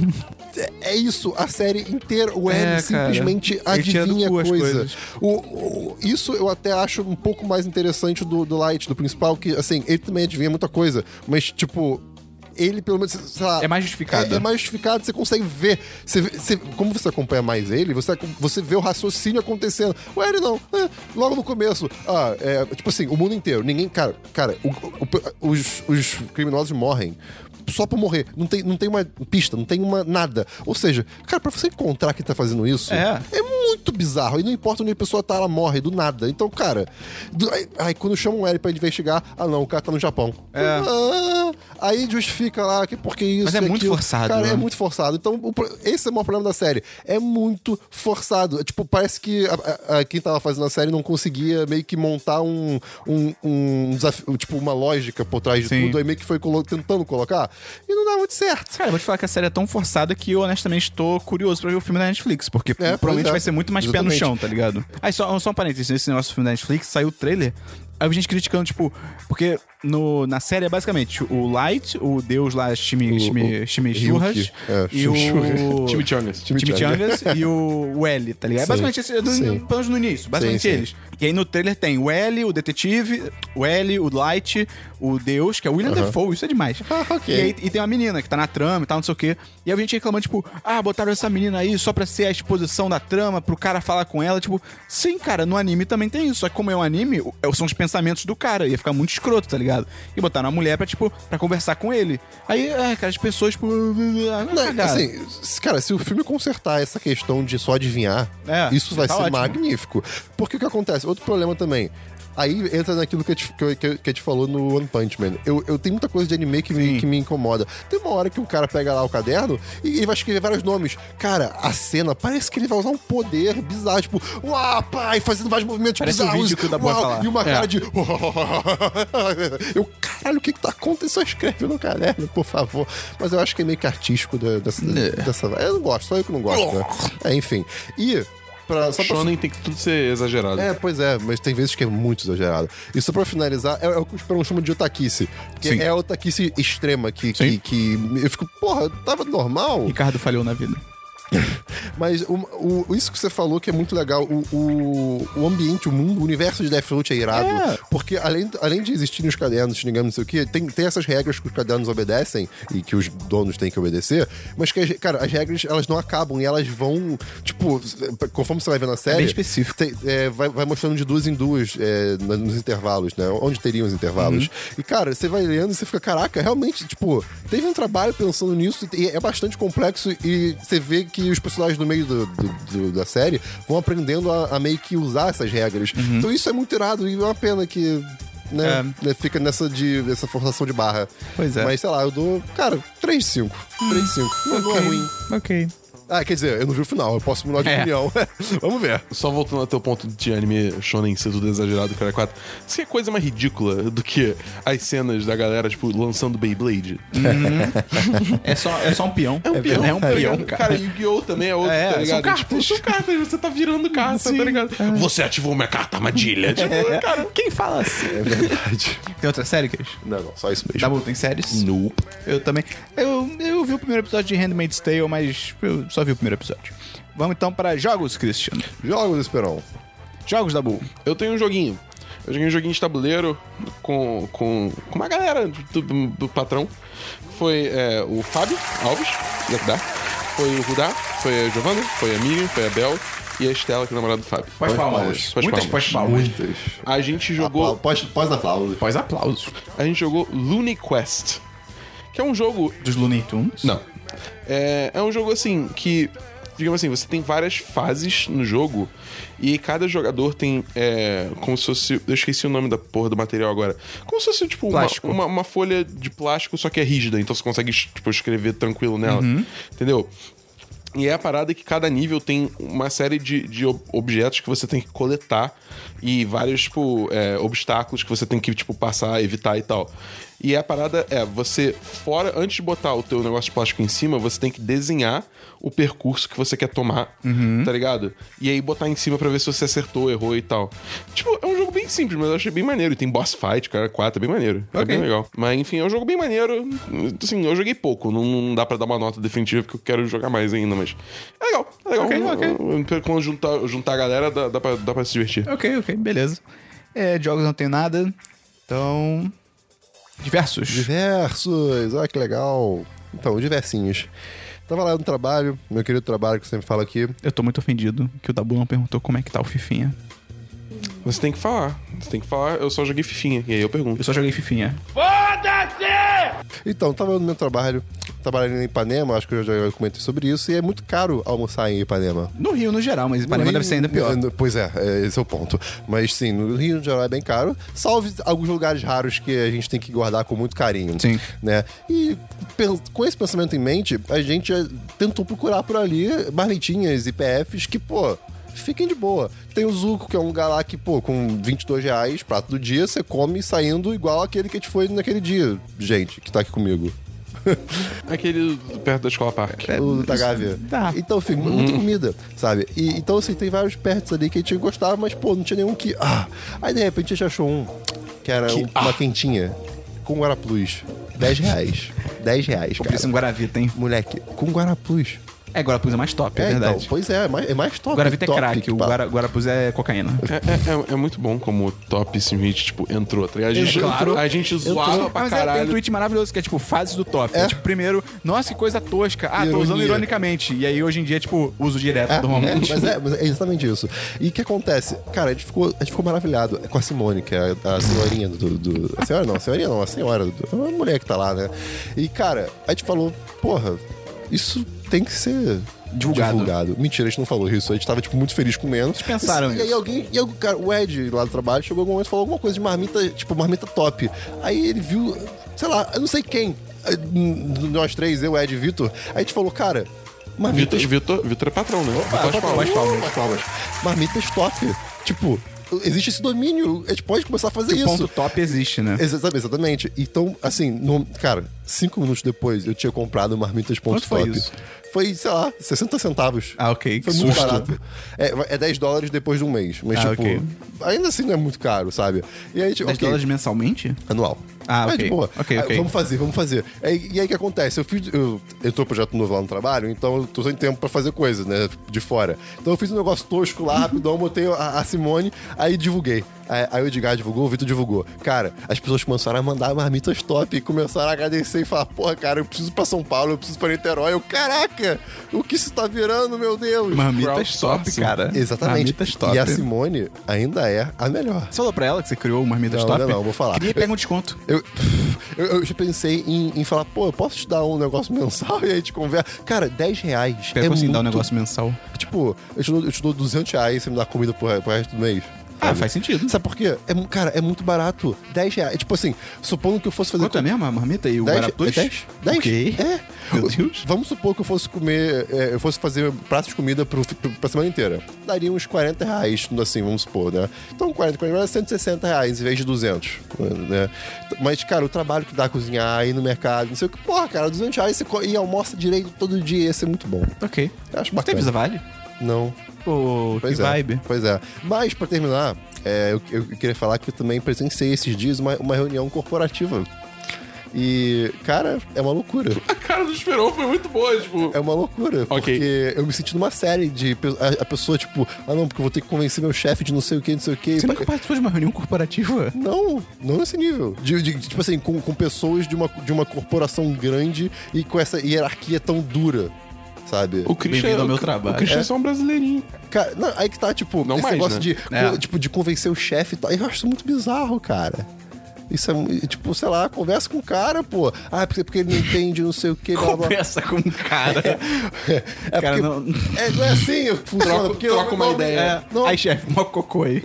É isso, a série inteira, o L
É, cara.
simplesmente
Ele tira do
adivinha
cu as
coisa.
coisas.
O- o- isso eu até acho um pouco mais interessante do, do Light, do principal, que assim, ele também adivinha muita coisa, mas tipo. Ele, pelo menos, sei lá,
É mais justificado.
É, é mais justificado, você consegue ver. Você, vê- você- como você acompanha mais ele, você, você vê o raciocínio acontecendo. O L não. é, logo no começo. Ah, é, tipo assim, o mundo inteiro. Ninguém. Cara, cara o- o- os, os criminosos morrem só pra morrer. Não tem, não tem uma pista, não tem uma nada. Ou seja, cara, pra você encontrar quem tá fazendo isso,
É.
muito bizarro. E não importa onde a pessoa tá, ela morre do nada. Então, cara, do- aí, aí quando chamam o L pra investigar, ah não, o cara tá no Japão. Ah, aí justifica lá que porque isso.
Mas é
e
muito
aquilo.
forçado,
Cara,
né?
é muito forçado. Então, o pro- esse é o maior problema da série. É muito forçado. É, Tipo, parece que a- a- a- quem tava fazendo a série não conseguia meio que montar um, um, um desafio, tipo, uma lógica por trás de
Sim.
tudo. Aí meio que foi colo- tentando colocar. E não dá muito certo.
Cara, eu vou te falar que a série é tão forçada que eu honestamente tô curioso pra ver o filme da Netflix, porque
pois
provavelmente
é.
vai ser muito mais pé no
Exatamente.
chão, tá ligado? Aí só, só um parênteses, nesse negócio do filme da Netflix, saiu o trailer, aí eu vi gente criticando, tipo, porque no, na série é basicamente o Light, o Deus lá, Chimi,
O-
Chimi,
o
Chimi
Ryuki,
Churras,
é,
e o...
Chimichangas.
Chimichangas e o, o L, tá ligado?
Sim.
Basicamente, esse, no,
Sim.
pelo menos no início, basicamente
Sim, sim.
eles. E aí no trailer tem o L, o detetive, o L, o Light, o Deus, que é o William Defoe, isso é demais.
Ah, ok.
E aí e tem uma menina que tá na trama e tal, não sei o quê. E aí a gente reclamando, tipo, ah, botaram essa menina aí só pra ser a exposição da trama, pro cara falar com ela. Tipo, sim, cara, no anime também tem isso. Só que como é um anime, o- é- são os pensamentos do cara. Ia ficar muito escroto, tá ligado? E botaram uma mulher pra, tipo, pra conversar com ele. Aí, ah, cara, as pessoas, tipo. ah,
Não,
cagaram.
assim, s- cara, se o filme consertar essa questão de só adivinhar,
É,
isso vai
tá
ser
ótimo.
magnífico. Porque o que acontece? Outro problema também. Aí entra naquilo que a gente, que, eu- que eu- que a gente falou no One Punch Man. Eu, eu tenho muita coisa de anime que me, que me incomoda. Tem uma hora que o cara pega lá o caderno e ele vai escrever vários nomes. Cara, a cena parece que ele vai usar um poder bizarro, tipo, uau, pai, fazendo vários movimentos
Parece o
bizarros.
vídeo que o Dabu ia
uau",
falar. É.
E uma cara de. eu, caralho, o que que tá acontecendo? Só escreve no caderno, por favor. Mas eu acho que é meio que artístico da- dessa,
É.
dessa. Eu não gosto, só eu que não gosto, né? É, enfim. E. Pra, só pra
Shonen tem que tudo ser exagerado.
é, pois é, mas tem vezes que é muito exagerado. E só pra finalizar, é, é o que o Esperão chama de otaquice. Que
Sim.
é a otaquice extrema que,
Sim.
que, que eu fico, porra, tava normal.
Ricardo falhou na vida.
Mas o, o- isso que você falou que é muito legal, o, o, o ambiente, o mundo, o universo de Deathloop é irado.
É.
Porque além, além de existirem os cadernos, se não me engano, não sei o quê, tem, tem essas regras que os cadernos obedecem e que os donos têm que obedecer, mas que, as- cara, as regras elas não acabam e elas vão, tipo, conforme você vai ver na
É
série.
Bem específico.
tem- é, vai, vai mostrando de duas em duas é, nos- nos intervalos, né? Onde teriam os
Uhum.
intervalos. E, cara, você vai lendo e você fica, caraca, realmente, tipo, teve um trabalho pensando nisso e é bastante complexo e você vê que os personagens no meio do- do- do- da série vão aprendendo a, a meio que usar essas regras.
Uhum.
Então isso é muito irado e é uma pena que. Né, né, fica nessa de nessa forçação de barra.
É. Pois é.
Mas sei lá, eu dou, cara, 3 de 5. 3 de 5. Não, não é ruim.
Ok.
Ah, quer dizer, eu não vi o final, eu posso mudar de
É.
opinião. Vamos ver.
Só voltando ao teu ponto de anime shonen ser tudo exagerado, cara 4. Isso que é coisa mais ridícula do que as cenas da galera, tipo, lançando Beyblade.
É só, é só um peão.
É um peão.
É um
tá
peão,
ligado?
cara.
Cara, Yu-Gi-Oh! também é outro,
É,
tá
são É.
ligado?
cartas.
Tipo, são cartas, você tá virando carta, tá ligado? Você ativou minha carta armadilha. Tipo,
É.
cara,
Quem fala assim?
É verdade.
Tem outra série, Cris?
não, não, só isso mesmo.
Dabu, tem séries?
Nope.
Eu também. Eu, eu vi o primeiro episódio de Handmaid's Tale, mas eu só vi o primeiro episódio. Vamos então pra jogos, Christian.
Jogos, Esperão.
Jogos, Dabu.
Eu tenho um joguinho. Eu joguei um joguinho de tabuleiro com, com, com uma galera do, do, do patrão. Foi é, o Fábio Alves, da Rudá. Foi o Rudá, foi a Giovanna, foi a Miriam, foi a Bel e a Estela, que é namorada do Fábio.
Pós
palmas.
palmas.
Pós
Muitas
palmas.
pós palmas.
A gente
Apla-
jogou.
Pós, pós aplauso.
Pós aplausos.
A gente jogou Looney Quest. Que é um jogo
Dos Looney Tunes.
Não. É, é um jogo assim que. Digamos assim, você tem várias fases no jogo e cada jogador tem. é, como se fosse. Eu esqueci o nome da porra do material agora. Como se fosse, tipo, uma,
Plástico.
uma, uma folha de plástico, só que é rígida, então você consegue, tipo, escrever tranquilo nela. Entendeu? E é a parada que cada nível tem uma série de, de ob- objetos que você tem que coletar e vários, tipo, é, obstáculos que você tem que, tipo, passar, evitar e tal. E a parada é, você, fora, antes de botar o teu negócio de plástico em cima, você tem que desenhar o percurso que você quer tomar, tá ligado? E aí botar em cima pra ver se você acertou, errou e tal. Tipo, é um jogo bem simples, mas eu achei bem maneiro. E tem boss fight, cara, 4, é bem maneiro. É bem legal. Mas enfim, é um jogo bem maneiro. Assim, eu joguei pouco, não, não dá pra dar uma nota definitiva porque eu quero jogar mais ainda, mas é legal, é legal.
Ok, ok.
ok. Quando juntar, juntar a galera, dá, dá, pra, dá pra se divertir.
Ok, ok, beleza. É, de jogos não tem nada. Então. Diversos.
Diversos, olha que legal. Então, diversinhos. Tava lá no trabalho, meu querido trabalho que eu sempre falo aqui.
Eu tô muito ofendido que o Dabu não perguntou como é que tá o Fifinha.
Você tem que falar, você tem que falar. Eu só joguei Fifinha, e aí eu pergunto.
Eu só joguei Fifinha.
Então, tava no meu trabalho, trabalhando em Ipanema, acho que eu já comentei sobre isso, e é muito caro almoçar em Ipanema.
No Rio, no geral, mas Ipanema
No
deve ser ainda
Rio-
pior.
no- Pois é, é, esse é o ponto. Mas sim, no Rio no geral é bem caro, salve alguns lugares raros que a gente tem que guardar com muito carinho.
Sim.
Né? E pen- com esse pensamento em mente, a gente eh, tentou procurar por ali marmitinhas e PFs que, pô. Fiquem de boa. Tem o Zuco, que é um lugar lá que, pô, com 22 reais, prato do dia, você come saindo igual aquele que a gente foi naquele dia, gente, que tá aqui comigo.
Aquele perto da escola
É,
parque.
O da Gávea.
Tá.
Então, filho, muita comida, sabe? E, então, assim, tem vários pertos ali que a gente gostava, mas, pô, não tinha nenhum que. Ah! Aí, de repente, a gente achou um que era um-
ah.
uma quentinha com Guaraplus. 10 reais. 10 reais, cara.
Preciso em um Guaravita, hein?
Moleque, com Guaraplus.
É, Guarapuz é mais top, é,
É,
verdade.
então, pois é, é mais, é mais top.
O Guaravita é
top
crack,
que
o
pá.
Guara, Guarapuz é cocaína.
É, é- é- é muito bom como o Top simplesmente, tipo, entrou. tá ligado? A gente,
É, Claro.
a gente zoava
Ah,
pra
mas é, tem um
caralho.
tweet maravilhoso que é tipo fases do top. É. tipo, primeiro, nossa, que coisa tosca. Ah, tô usando
Ironia.
ironicamente. E aí hoje em dia, é, tipo, uso direto
É,
normalmente.
é, mas, é, mas é exatamente isso. E o que acontece? Cara, a gente ficou, a gente ficou maravilhado com a Simone, que é a, a senhorinha do, do- A senhora não, a senhorinha não, a senhora. Do, é uma mulher que tá lá, né? E, cara, a gente falou, porra, isso tem que ser.
Divulgado.
Mentira, a gente não falou isso. A gente tava, tipo, muito feliz comendo. Eles
pensaram
e, E aí
isso.
alguém... E aí, o cara, o Ed, lá do trabalho, chegou algum momento e falou alguma coisa de marmita, tipo, marmita top. Aí ele viu, sei lá, eu não sei quem. eh, Nós três, eu, Ed e Vitor. Aí a gente falou, cara, marmita
Vitor, Vitor, Vitor é patrão, né? Faz
Faz
palmas.
Ah, palmas, palmas, palmas. Marmita stop. Tipo, existe esse domínio. A gente pode começar a fazer
O
isso.
ponto top existe, né?
Exa- Exatamente. Então, assim, no- cara, cinco minutos depois eu tinha comprado um marmitas ponto
Quanto foi
top.
isso?
Foi, sei lá, 60 centavos.
Ah, ok,
Foi
que
muito
susto.
barato. É, é 10 dólares depois de um mês. Mas,
Ah,
tipo,
ok.
ainda assim não é muito caro, sabe? E aí, tipo,
10
ok.
dólares mensalmente?
Anual.
Ah,
É,
ok.
de boa.
Ok,
Ah,
ok.
Vamos fazer, vamos fazer. É, e aí o que acontece? Eu fiz. Eu, eu tô projeto novo lá no trabalho, então eu tô sem tempo pra fazer coisa, né? De fora. Então eu fiz um negócio tosco lá, rapidão, botei a, a Simone, aí divulguei. Aí, aí o Edgar divulgou, o Vitor divulgou. Cara, as pessoas começaram a mandar marmitas top e começaram a agradecer e falar: porra, cara, eu preciso ir pra São Paulo, eu preciso ir pra Niterói. Eu, caraca, o que isso tá virando, meu Deus?
Marmitas é top,
Crowdsourcing.
cara.
Exatamente.
Marmitas top.
E assim- a Simone ainda é a melhor.
Você falou pra ela que você criou o Marmitas
Não,
Top?
ainda não, vou falar.
Queria pegar um desconto.
Eu, eu, eu já pensei em, em falar, pô, eu posso te dar um negócio mensal e aí te conversa. Cara, 10 reais.
Pega
é
assim,
muito...
dar um negócio mensal.
Tipo, eu te, dou, eu te dou 200 reais e você me dá comida pro, re- pro resto do mês.
Ah,
sabe?
faz sentido.
Sabe por quê? É, mu- cara, é muito barato. 10 reais. É Tipo assim, supondo que eu fosse fazer.
Quanto é mesmo a marmita e o
10?
baratus?
É 10? 10?
Ok.
É.
Meu Deus.
Vamos supor que eu fosse comer, é, eu fosse fazer pratos de comida pro, pro, pra semana inteira. Daria uns 40 reais, tudo assim, vamos supor, né? Então 40, 40 reais, 160 reais em vez de 200, né? Mas, cara, o trabalho que dá a cozinhar, ir no mercado, não sei o que. Porra, cara, 200 reais você co- e almoça direito todo dia, ia ser muito bom.
Ok.
Eu acho
Mas tem
bacana.
Visa Vale?
Não.
Pô,
Pois
que
é.
vibe.
Pois é. Mas, pra terminar, é, eu, eu queria falar que eu também presenciei esses dias uma, uma reunião corporativa. E, cara, é uma loucura.
A cara do Esperon foi muito boa, tipo.
É uma loucura,
Ok.
porque eu me senti numa série de... pe- A, a pessoa, tipo, ah, não, porque eu vou ter que convencer meu chefe de não sei o que, não sei o que.
Você nunca participou de uma reunião corporativa?
Não, não nesse nível. De, de- tipo assim, com, com pessoas de uma, de uma corporação grande e com essa hierarquia tão dura, sabe?
O Christian,
Bem-vindo ao
o-
meu
O
trabalho.
Christian é só um brasileirinho.
Cara, não, aí que tá, tipo,
Não
esse
mais,
negócio
né?
de,
É.
co- tipo, de convencer o chefe e tal. Eu acho isso muito bizarro, cara. Isso é, mu- tipo, sei lá, conversa com o cara, pô. Ah, porque, porque ele não entende, não sei o que, blá, blá.
Conversa com um cara.
É
Cara,
porque...
não-
É, não é assim que funciona.
Troca-
porque
troca uma
não- É.
ideia.
não-
Aí, chefe, mó cocô aí.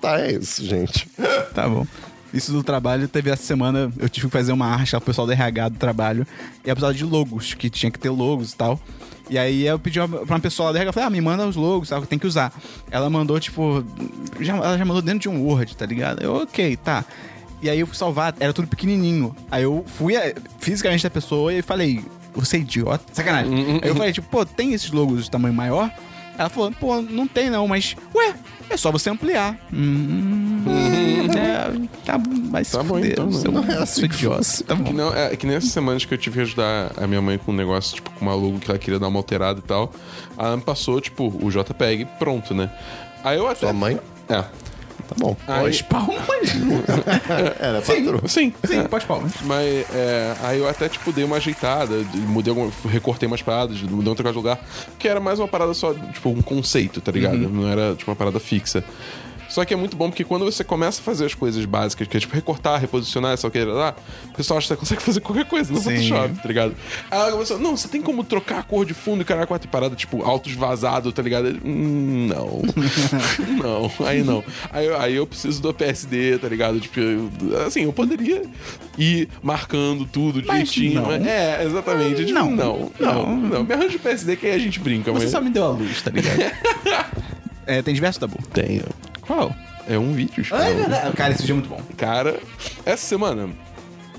tá, é isso, gente.
Tá bom. Isso do trabalho, teve essa semana, eu tive que fazer uma arte lá pro pessoal do RH do trabalho. E eu precisava de logos, que tinha que ter logos e tal. E aí eu pedi uma- pra uma pessoa lá do RH, falei, ah, me manda os logos, tal, que tem que usar. Ela mandou, tipo, já, ela já mandou dentro de um Word, tá ligado? Eu, ok, tá. E aí eu fui salvar, era tudo pequenininho. Aí eu fui eh, fisicamente da pessoa e falei, você é idiota? Sacanagem. aí eu falei, tipo, pô, tem esses logos de tamanho maior? Ela falou, pô, não tem não, mas, ué, é só você ampliar. Hum, é, tá, mas
Uhum. Tá bom, então, né?
Seu,
Não é assim
seu
que
idiota. Tá
Que,
bom.
não, é, que nem essas semanas que eu tive que ajudar a minha mãe com um negócio, tipo, com uma logo que ela queria dar uma alterada e tal. Ela me passou, tipo, o JPEG pronto, né? Aí eu até.
Sua mãe?
É.
Tá bom.
Aí-
Pode palmas.
Era patroa.
Sim.
Sim, pode palmas.
Mas é, aí eu até, tipo, dei uma ajeitada, de- mudei alguma, recortei umas paradas, mudei um trocado de lugar, que era mais uma parada só, tipo, um conceito, tá ligado?
Uhum.
Não era, tipo, uma parada fixa. Só que é muito bom porque quando você começa a fazer as coisas básicas, que é tipo recortar, reposicionar, só que lá, o pessoal acha que você consegue fazer qualquer coisa no
Sim.
Photoshop, tá ligado? Aí ela começou, não, você tem como trocar a cor de fundo e caraca, quatro parada, tipo, alto esvazado, tá ligado? Ele, "Hum, não. não, aí não. Aí, eu- aí eu preciso do PSD, tá ligado? Tipo, eu- assim, eu poderia ir marcando tudo
Mas
direitinho.
não.
mas- É, exatamente. Tipo,
Não.
não, não, não, Me arranja o PSD que aí a gente brinca,
Você
mas.
só me deu a luz, tá ligado? É, tem diversos, tá bom.
Tenho.
Qual?
É um vídeo,
Ah,
tipo.
Cara, esse dia é muito bom.
Cara, essa semana.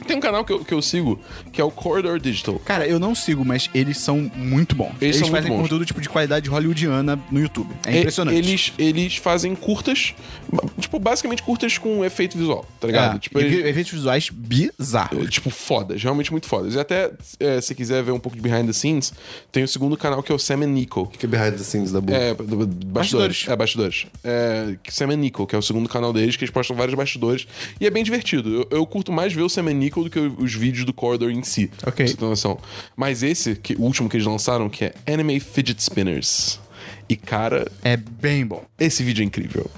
Tem um canal que eu, que eu sigo, que é o Corridor Digital.
Cara, eu não sigo, mas eles são muito bons.
Eles são muito
fazem
bons.
conteúdo tipo de qualidade hollywoodiana no YouTube. É
E-
impressionante.
Eles, eles fazem curtas, ba- tipo, basicamente curtas com efeito visual, tá ligado?
É,
tipo,
e vi-
eles-
efeitos visuais bizarros.
é, tipo, fodas, realmente muito fodas. E até, é, se quiser ver um pouco de behind the scenes, tem o segundo canal que é o Sam and Nico.
Que behind the scenes da boca.
Hum.
É, do- do- bastidores. É, bastidores. É, que Sam and Nico, que é o segundo canal deles, que eles postam vários bastidores. E é bem divertido. Eu, eu curto mais ver o Sam and Nico do que os vídeos do Corridor em si.
Ok.
Pra você ter noção. Mas esse, que, o último que eles lançaram, que é Anime Fidget Spinners. E, cara,
É bem bom.
esse vídeo é incrível.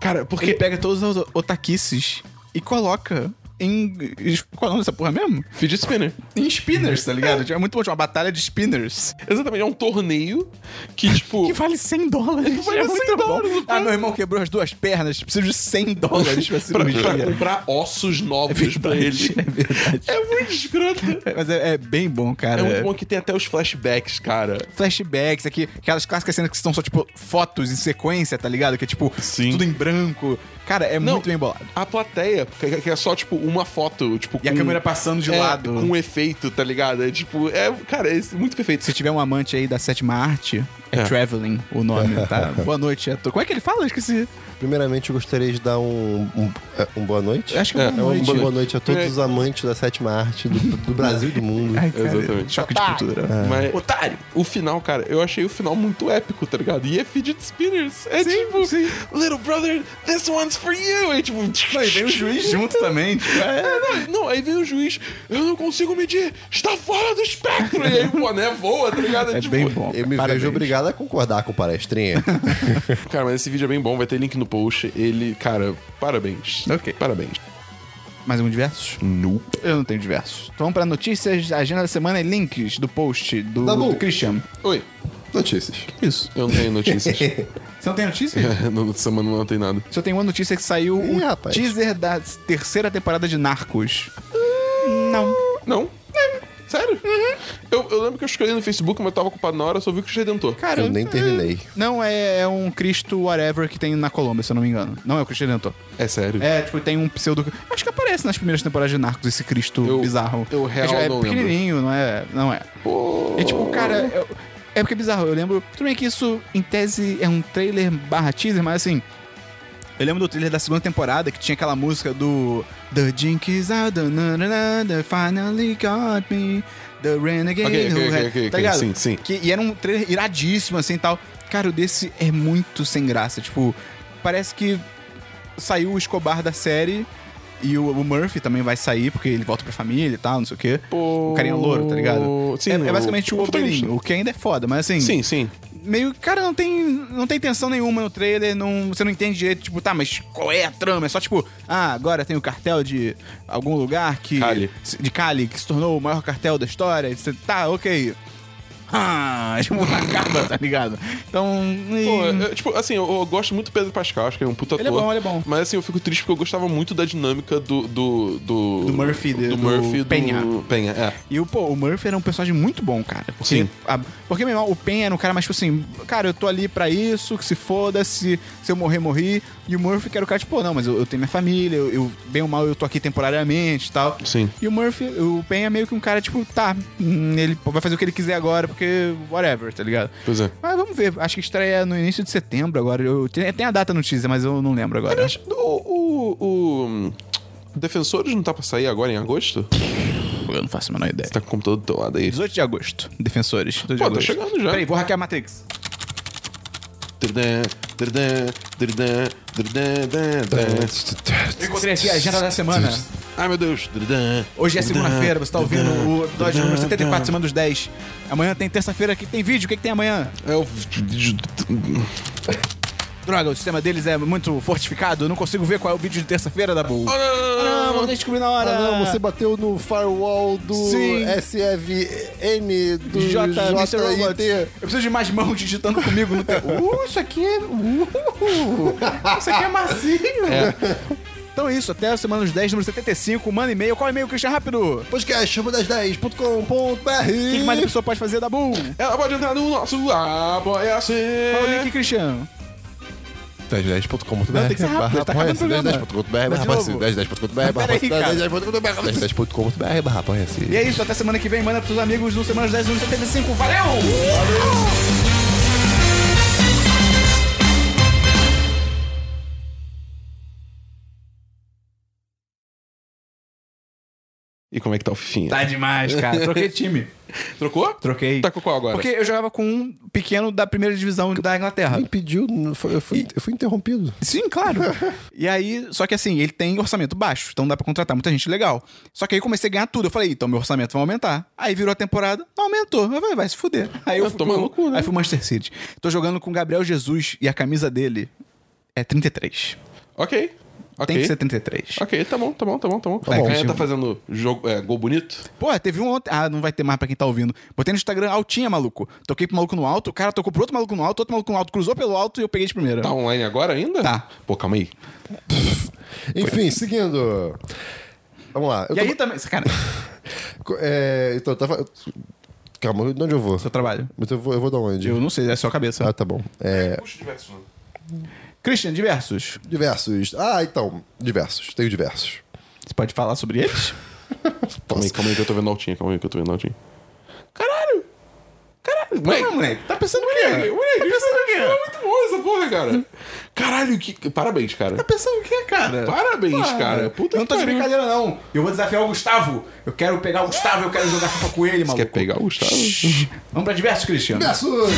Cara, porque.
Ele pega todos os otaquices e coloca em. Qual é o nome dessa porra mesmo?
Fidget Spinner.
Em spinners, tá ligado? É muito bom, tipo, uma batalha de spinners.
Exatamente, é um torneio que, tipo.
Que vale 100 dólares.
vale 100 dólares, o
Ah,
preço.
meu irmão quebrou as duas pernas. Preciso de 100 dólares pra
pra,
cirurgia.
pra comprar ossos novos pra
né? É verdade,
ele.
é verdade.
É muito escroto.
É, Mas é, é bem bom, cara.
É muito bom que tem até os flashbacks, cara.
Flashbacks, aqui, aquelas clássicas cenas que são só, tipo, fotos em sequência, tá ligado? Que é, tipo,
Sim.
tudo em branco. Cara, é
Não,
muito bem bolado.
A plateia, que- que é só, tipo, uma foto, tipo,
E a câmera passando de
é,
lado.
Com um efeito, tá ligado? É tipo, é, cara, é muito perfeito.
Se tiver um amante aí da sétima arte, é,
É.
Traveling o nome, tá? Boa noite, é to- Como é que ele fala? Eu Esqueci.
Primeiramente, eu gostaria de dar um, um, é, um boa noite.
Eu acho que é,
É,
boa
É uma
noite.
boa noite a todos
É.
os amantes da sétima arte do, do Brasil e do mundo.
Ai, cara,
Exatamente.
Choque de cultura.
Mas Otário! O final, cara, eu achei o final muito épico, tá ligado? E é fidget spinners. É tipo, Little brother, this one's for you! Aí, tipo,
Não, e vem o juiz junto também. tipo, é.
É, não, não, aí vem o juiz, eu não consigo medir, está fora do espectro! E aí o boné voa, tá ligado?
É
tipo,
bem bom.
Eu me
Parabéns.
vejo obrigado a concordar com o palestrinha.
Cara, mas esse vídeo é bem bom, vai ter link no post. Ele, cara, parabéns.
Ok.
Parabéns.
Mais um diversos?
Nope.
Eu não tenho diversos. Então vamos pra notícias, agenda da semana e links do post do,
Dabu.
do Christian.
Oi.
Notícias.
Isso.
Eu não tenho notícias.
Você não tem notícia?
Na semana não tem nada.
Só tem uma notícia que saiu
Ih,
o
rapaz.
teaser da terceira temporada de Narcos. Não.
Não? É. Sério?
Uhum.
Eu, eu lembro que eu escolhi no Facebook, mas eu tava ocupado na hora, eu só vi que o Redentor.
Cara,
Eu nem terminei.
Não, é, é um Cristo whatever que tem na Colômbia, se eu não me engano. Não é o Cristo Redentor.
É sério.
É, tipo, tem um pseudo... Acho que aparece nas primeiras temporadas de Narcos esse Cristo
Eu-
bizarro.
eu real
é, tipo, é
não lembro.
pequenininho, não é... Não é.
Pô.
É tipo, cara... eu- É porque é bizarro, eu lembro... Tudo bem que isso, em tese, é um trailer barra teaser, mas assim... Eu lembro do trailer da segunda temporada que tinha aquela música do... The Jink is out, na, na, na, na, finally got me, the renegade...
Ok, ok,
who
ok,
had-
ok,
tá
ok,
ligado?
sim, sim.
Que- e era um trailer iradíssimo, assim, e tal. Cara, o desse é muito sem graça. Tipo, parece que saiu o Escobar da série e o, o Murphy também vai sair, porque ele volta pra família e tal, não sei o quê.
Pô.
O carinha louro, tá ligado?
Sim,
é,
o-
é basicamente o
o protagonista.
Wolverine, o que ainda é foda, mas assim...
Sim, sim.
Meio, cara, não tem, não tem tensão nenhuma no trailer, não, você não entende direito, tipo, tá, mas qual é a trama? É só tipo, ah, agora tem o cartel de algum lugar que...
Cali.
De Cali, que se tornou o maior cartel da história. E você, tá, ok. Ah, tipo, acaba, tá ligado? Então...
Pô, eu- eu, tipo, assim, eu, eu gosto muito do Pedro Pascal, acho que é um puta
Ele é
ator.
bom, ele é bom.
Mas assim, eu fico triste porque eu gostava muito da dinâmica do. Do, do,
Do Murphy, de-
do,
do
Murphy do
Penha.
Penha, é.
E o, pô, o Murphy era um personagem muito bom, cara. Porque,
Sim.
a- porque, meu irmão, o Pen era um cara mais, tipo assim, cara, eu tô ali pra isso, que se foda, se, se eu morrer, morri. E o Murphy que era o cara, tipo, pô, não, mas eu, eu tenho minha família, eu, eu- bem ou mal, eu tô aqui temporariamente e tal.
Sim.
E o Murphy, o Pen é meio que um cara, tipo, tá, hum, ele vai fazer o que ele quiser agora, porque whatever, tá ligado?
Pois é.
Mas vamos ver, acho que estreia no início de setembro agora. Eu, tem, tem a data no teaser, mas eu não lembro agora.
Aliás, o. o, o hum, Defensores não tá pra sair agora em agosto?
Tipo, Eu não faço a menor ideia.
Você tá com o computador do teu lado aí.
18 de agosto, Defensores. 18 de
Pô, tá
agosto.
chegando já.
Peraí, vou hackear a Matrix.
Tridã, tridã, tridã, tridã, tridã, tridã.
Encontrei aqui a agenda da semana.
Ai meu Deus. Tridã,
Hoje é
tridã,
segunda-feira, você tá ouvindo
tridã,
o episódio número
tridã,
74, semana dos 10. Amanhã tem terça-feira que tem vídeo. O que, que tem amanhã?
tridã. É o.
Droga, o sistema deles é muito fortificado. Eu não consigo ver qual é o vídeo de terça-feira da Bull. não, vamos descobrir na hora.
Ah, não, você bateu no firewall do
Sim.
SFN do
J, Mr. Robot. Eu
JIT.
preciso de mais mãos digitando comigo no teclado. Uh, isso aqui é.
um
Uh, isso aqui é macio. Então é isso, até a semana dos 10, número 75. Manda e-mail. Qual e-mail, Christian? Rápido.
Podcast chama das 10.com.br.
O que que mais a pessoa pode fazer da Bull?
Ela pode entrar no nosso apoia-se.
Qual o link, Christian?
1010.com.br.
Não, tem que ser rápido, tá acabando o programa.
1010.com.br, barra
Mas de
apoia-se.
novo.
1010.com.br, barra
Peraí,
apoia-se.
cara.
1010.com.br, barra apoia-se.
E é isso, até semana que vem. Manda pros seus amigos no Semana dos 10, número 75. Valeu!
E como é que tá o Fifinha?
Tá demais, cara. Troquei de time.
Trocou?
Troquei.
Tá com qual agora?
Porque eu jogava com um pequeno da primeira divisão da Inglaterra.
Me pediu, não foi- eu fui, eu fui interrompido.
Sim, claro. e aí, só que assim, ele tem orçamento baixo, então dá pra contratar muita gente legal. Só que aí eu comecei a ganhar tudo. Eu falei, então meu orçamento vai aumentar. Aí virou a temporada, aumentou. Eu falei, vai se fuder. Aí eu
Ah,
fui,
toma no cu, né?
Aí fui Manchester City. Tô jogando com o Gabriel Jesus e a camisa dele é 33.
Ok. Ok.
Tem que ser 33.
Ok, tá bom, tá bom, tá bom, tá bom.
bom.
A Canha tá fazendo jogo, é, gol bonito?
Porra, teve um ontem. Ah, não vai ter mais pra quem tá ouvindo. Botei no Instagram altinha, maluco. Toquei pro maluco no alto, o cara tocou pro outro maluco no alto, outro maluco no alto, cruzou pelo alto e eu peguei de primeira.
Tá online agora ainda?
Tá.
Pô, calma aí.
Enfim, seguindo. Vamos lá. Eu
E
tô-
aí também. Cara,
co- é, então, eu tava. Calma, de onde eu vou?
seu trabalho.
Mas eu vou, eu vou dar onde?
Eu não sei, é só a cabeça.
Ah, tá bom. É,
Puxa diversos
Christian, diversos.
diversos. Ah, então, diversos. Tenho diversos.
Você pode falar sobre eles?
Calma aí, calma aí que eu tô vendo altinha, calma aí que eu tô vendo altinha. Caralho! Caralho!
Não,
Moleque,
moleque. Tá pensando o quê?
moleque, moleque,
Tá pensando o
é
quê?
muito bom essa porra, cara. Caralho, que... Parabéns, cara.
Tá pensando o quê, cara?
Parabéns, cara. Puta
não
que
tô de
pariu.
brincadeira, não. Eu vou desafiar o Gustavo. Eu quero pegar o Gustavo, eu quero jogar FIFA com ele, maluco.
Quer pegar o Gustavo?
Vamos pra diversos, Christian.
Diversos!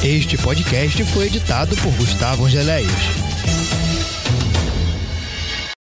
Este podcast foi editado por Gustavo Angeléias.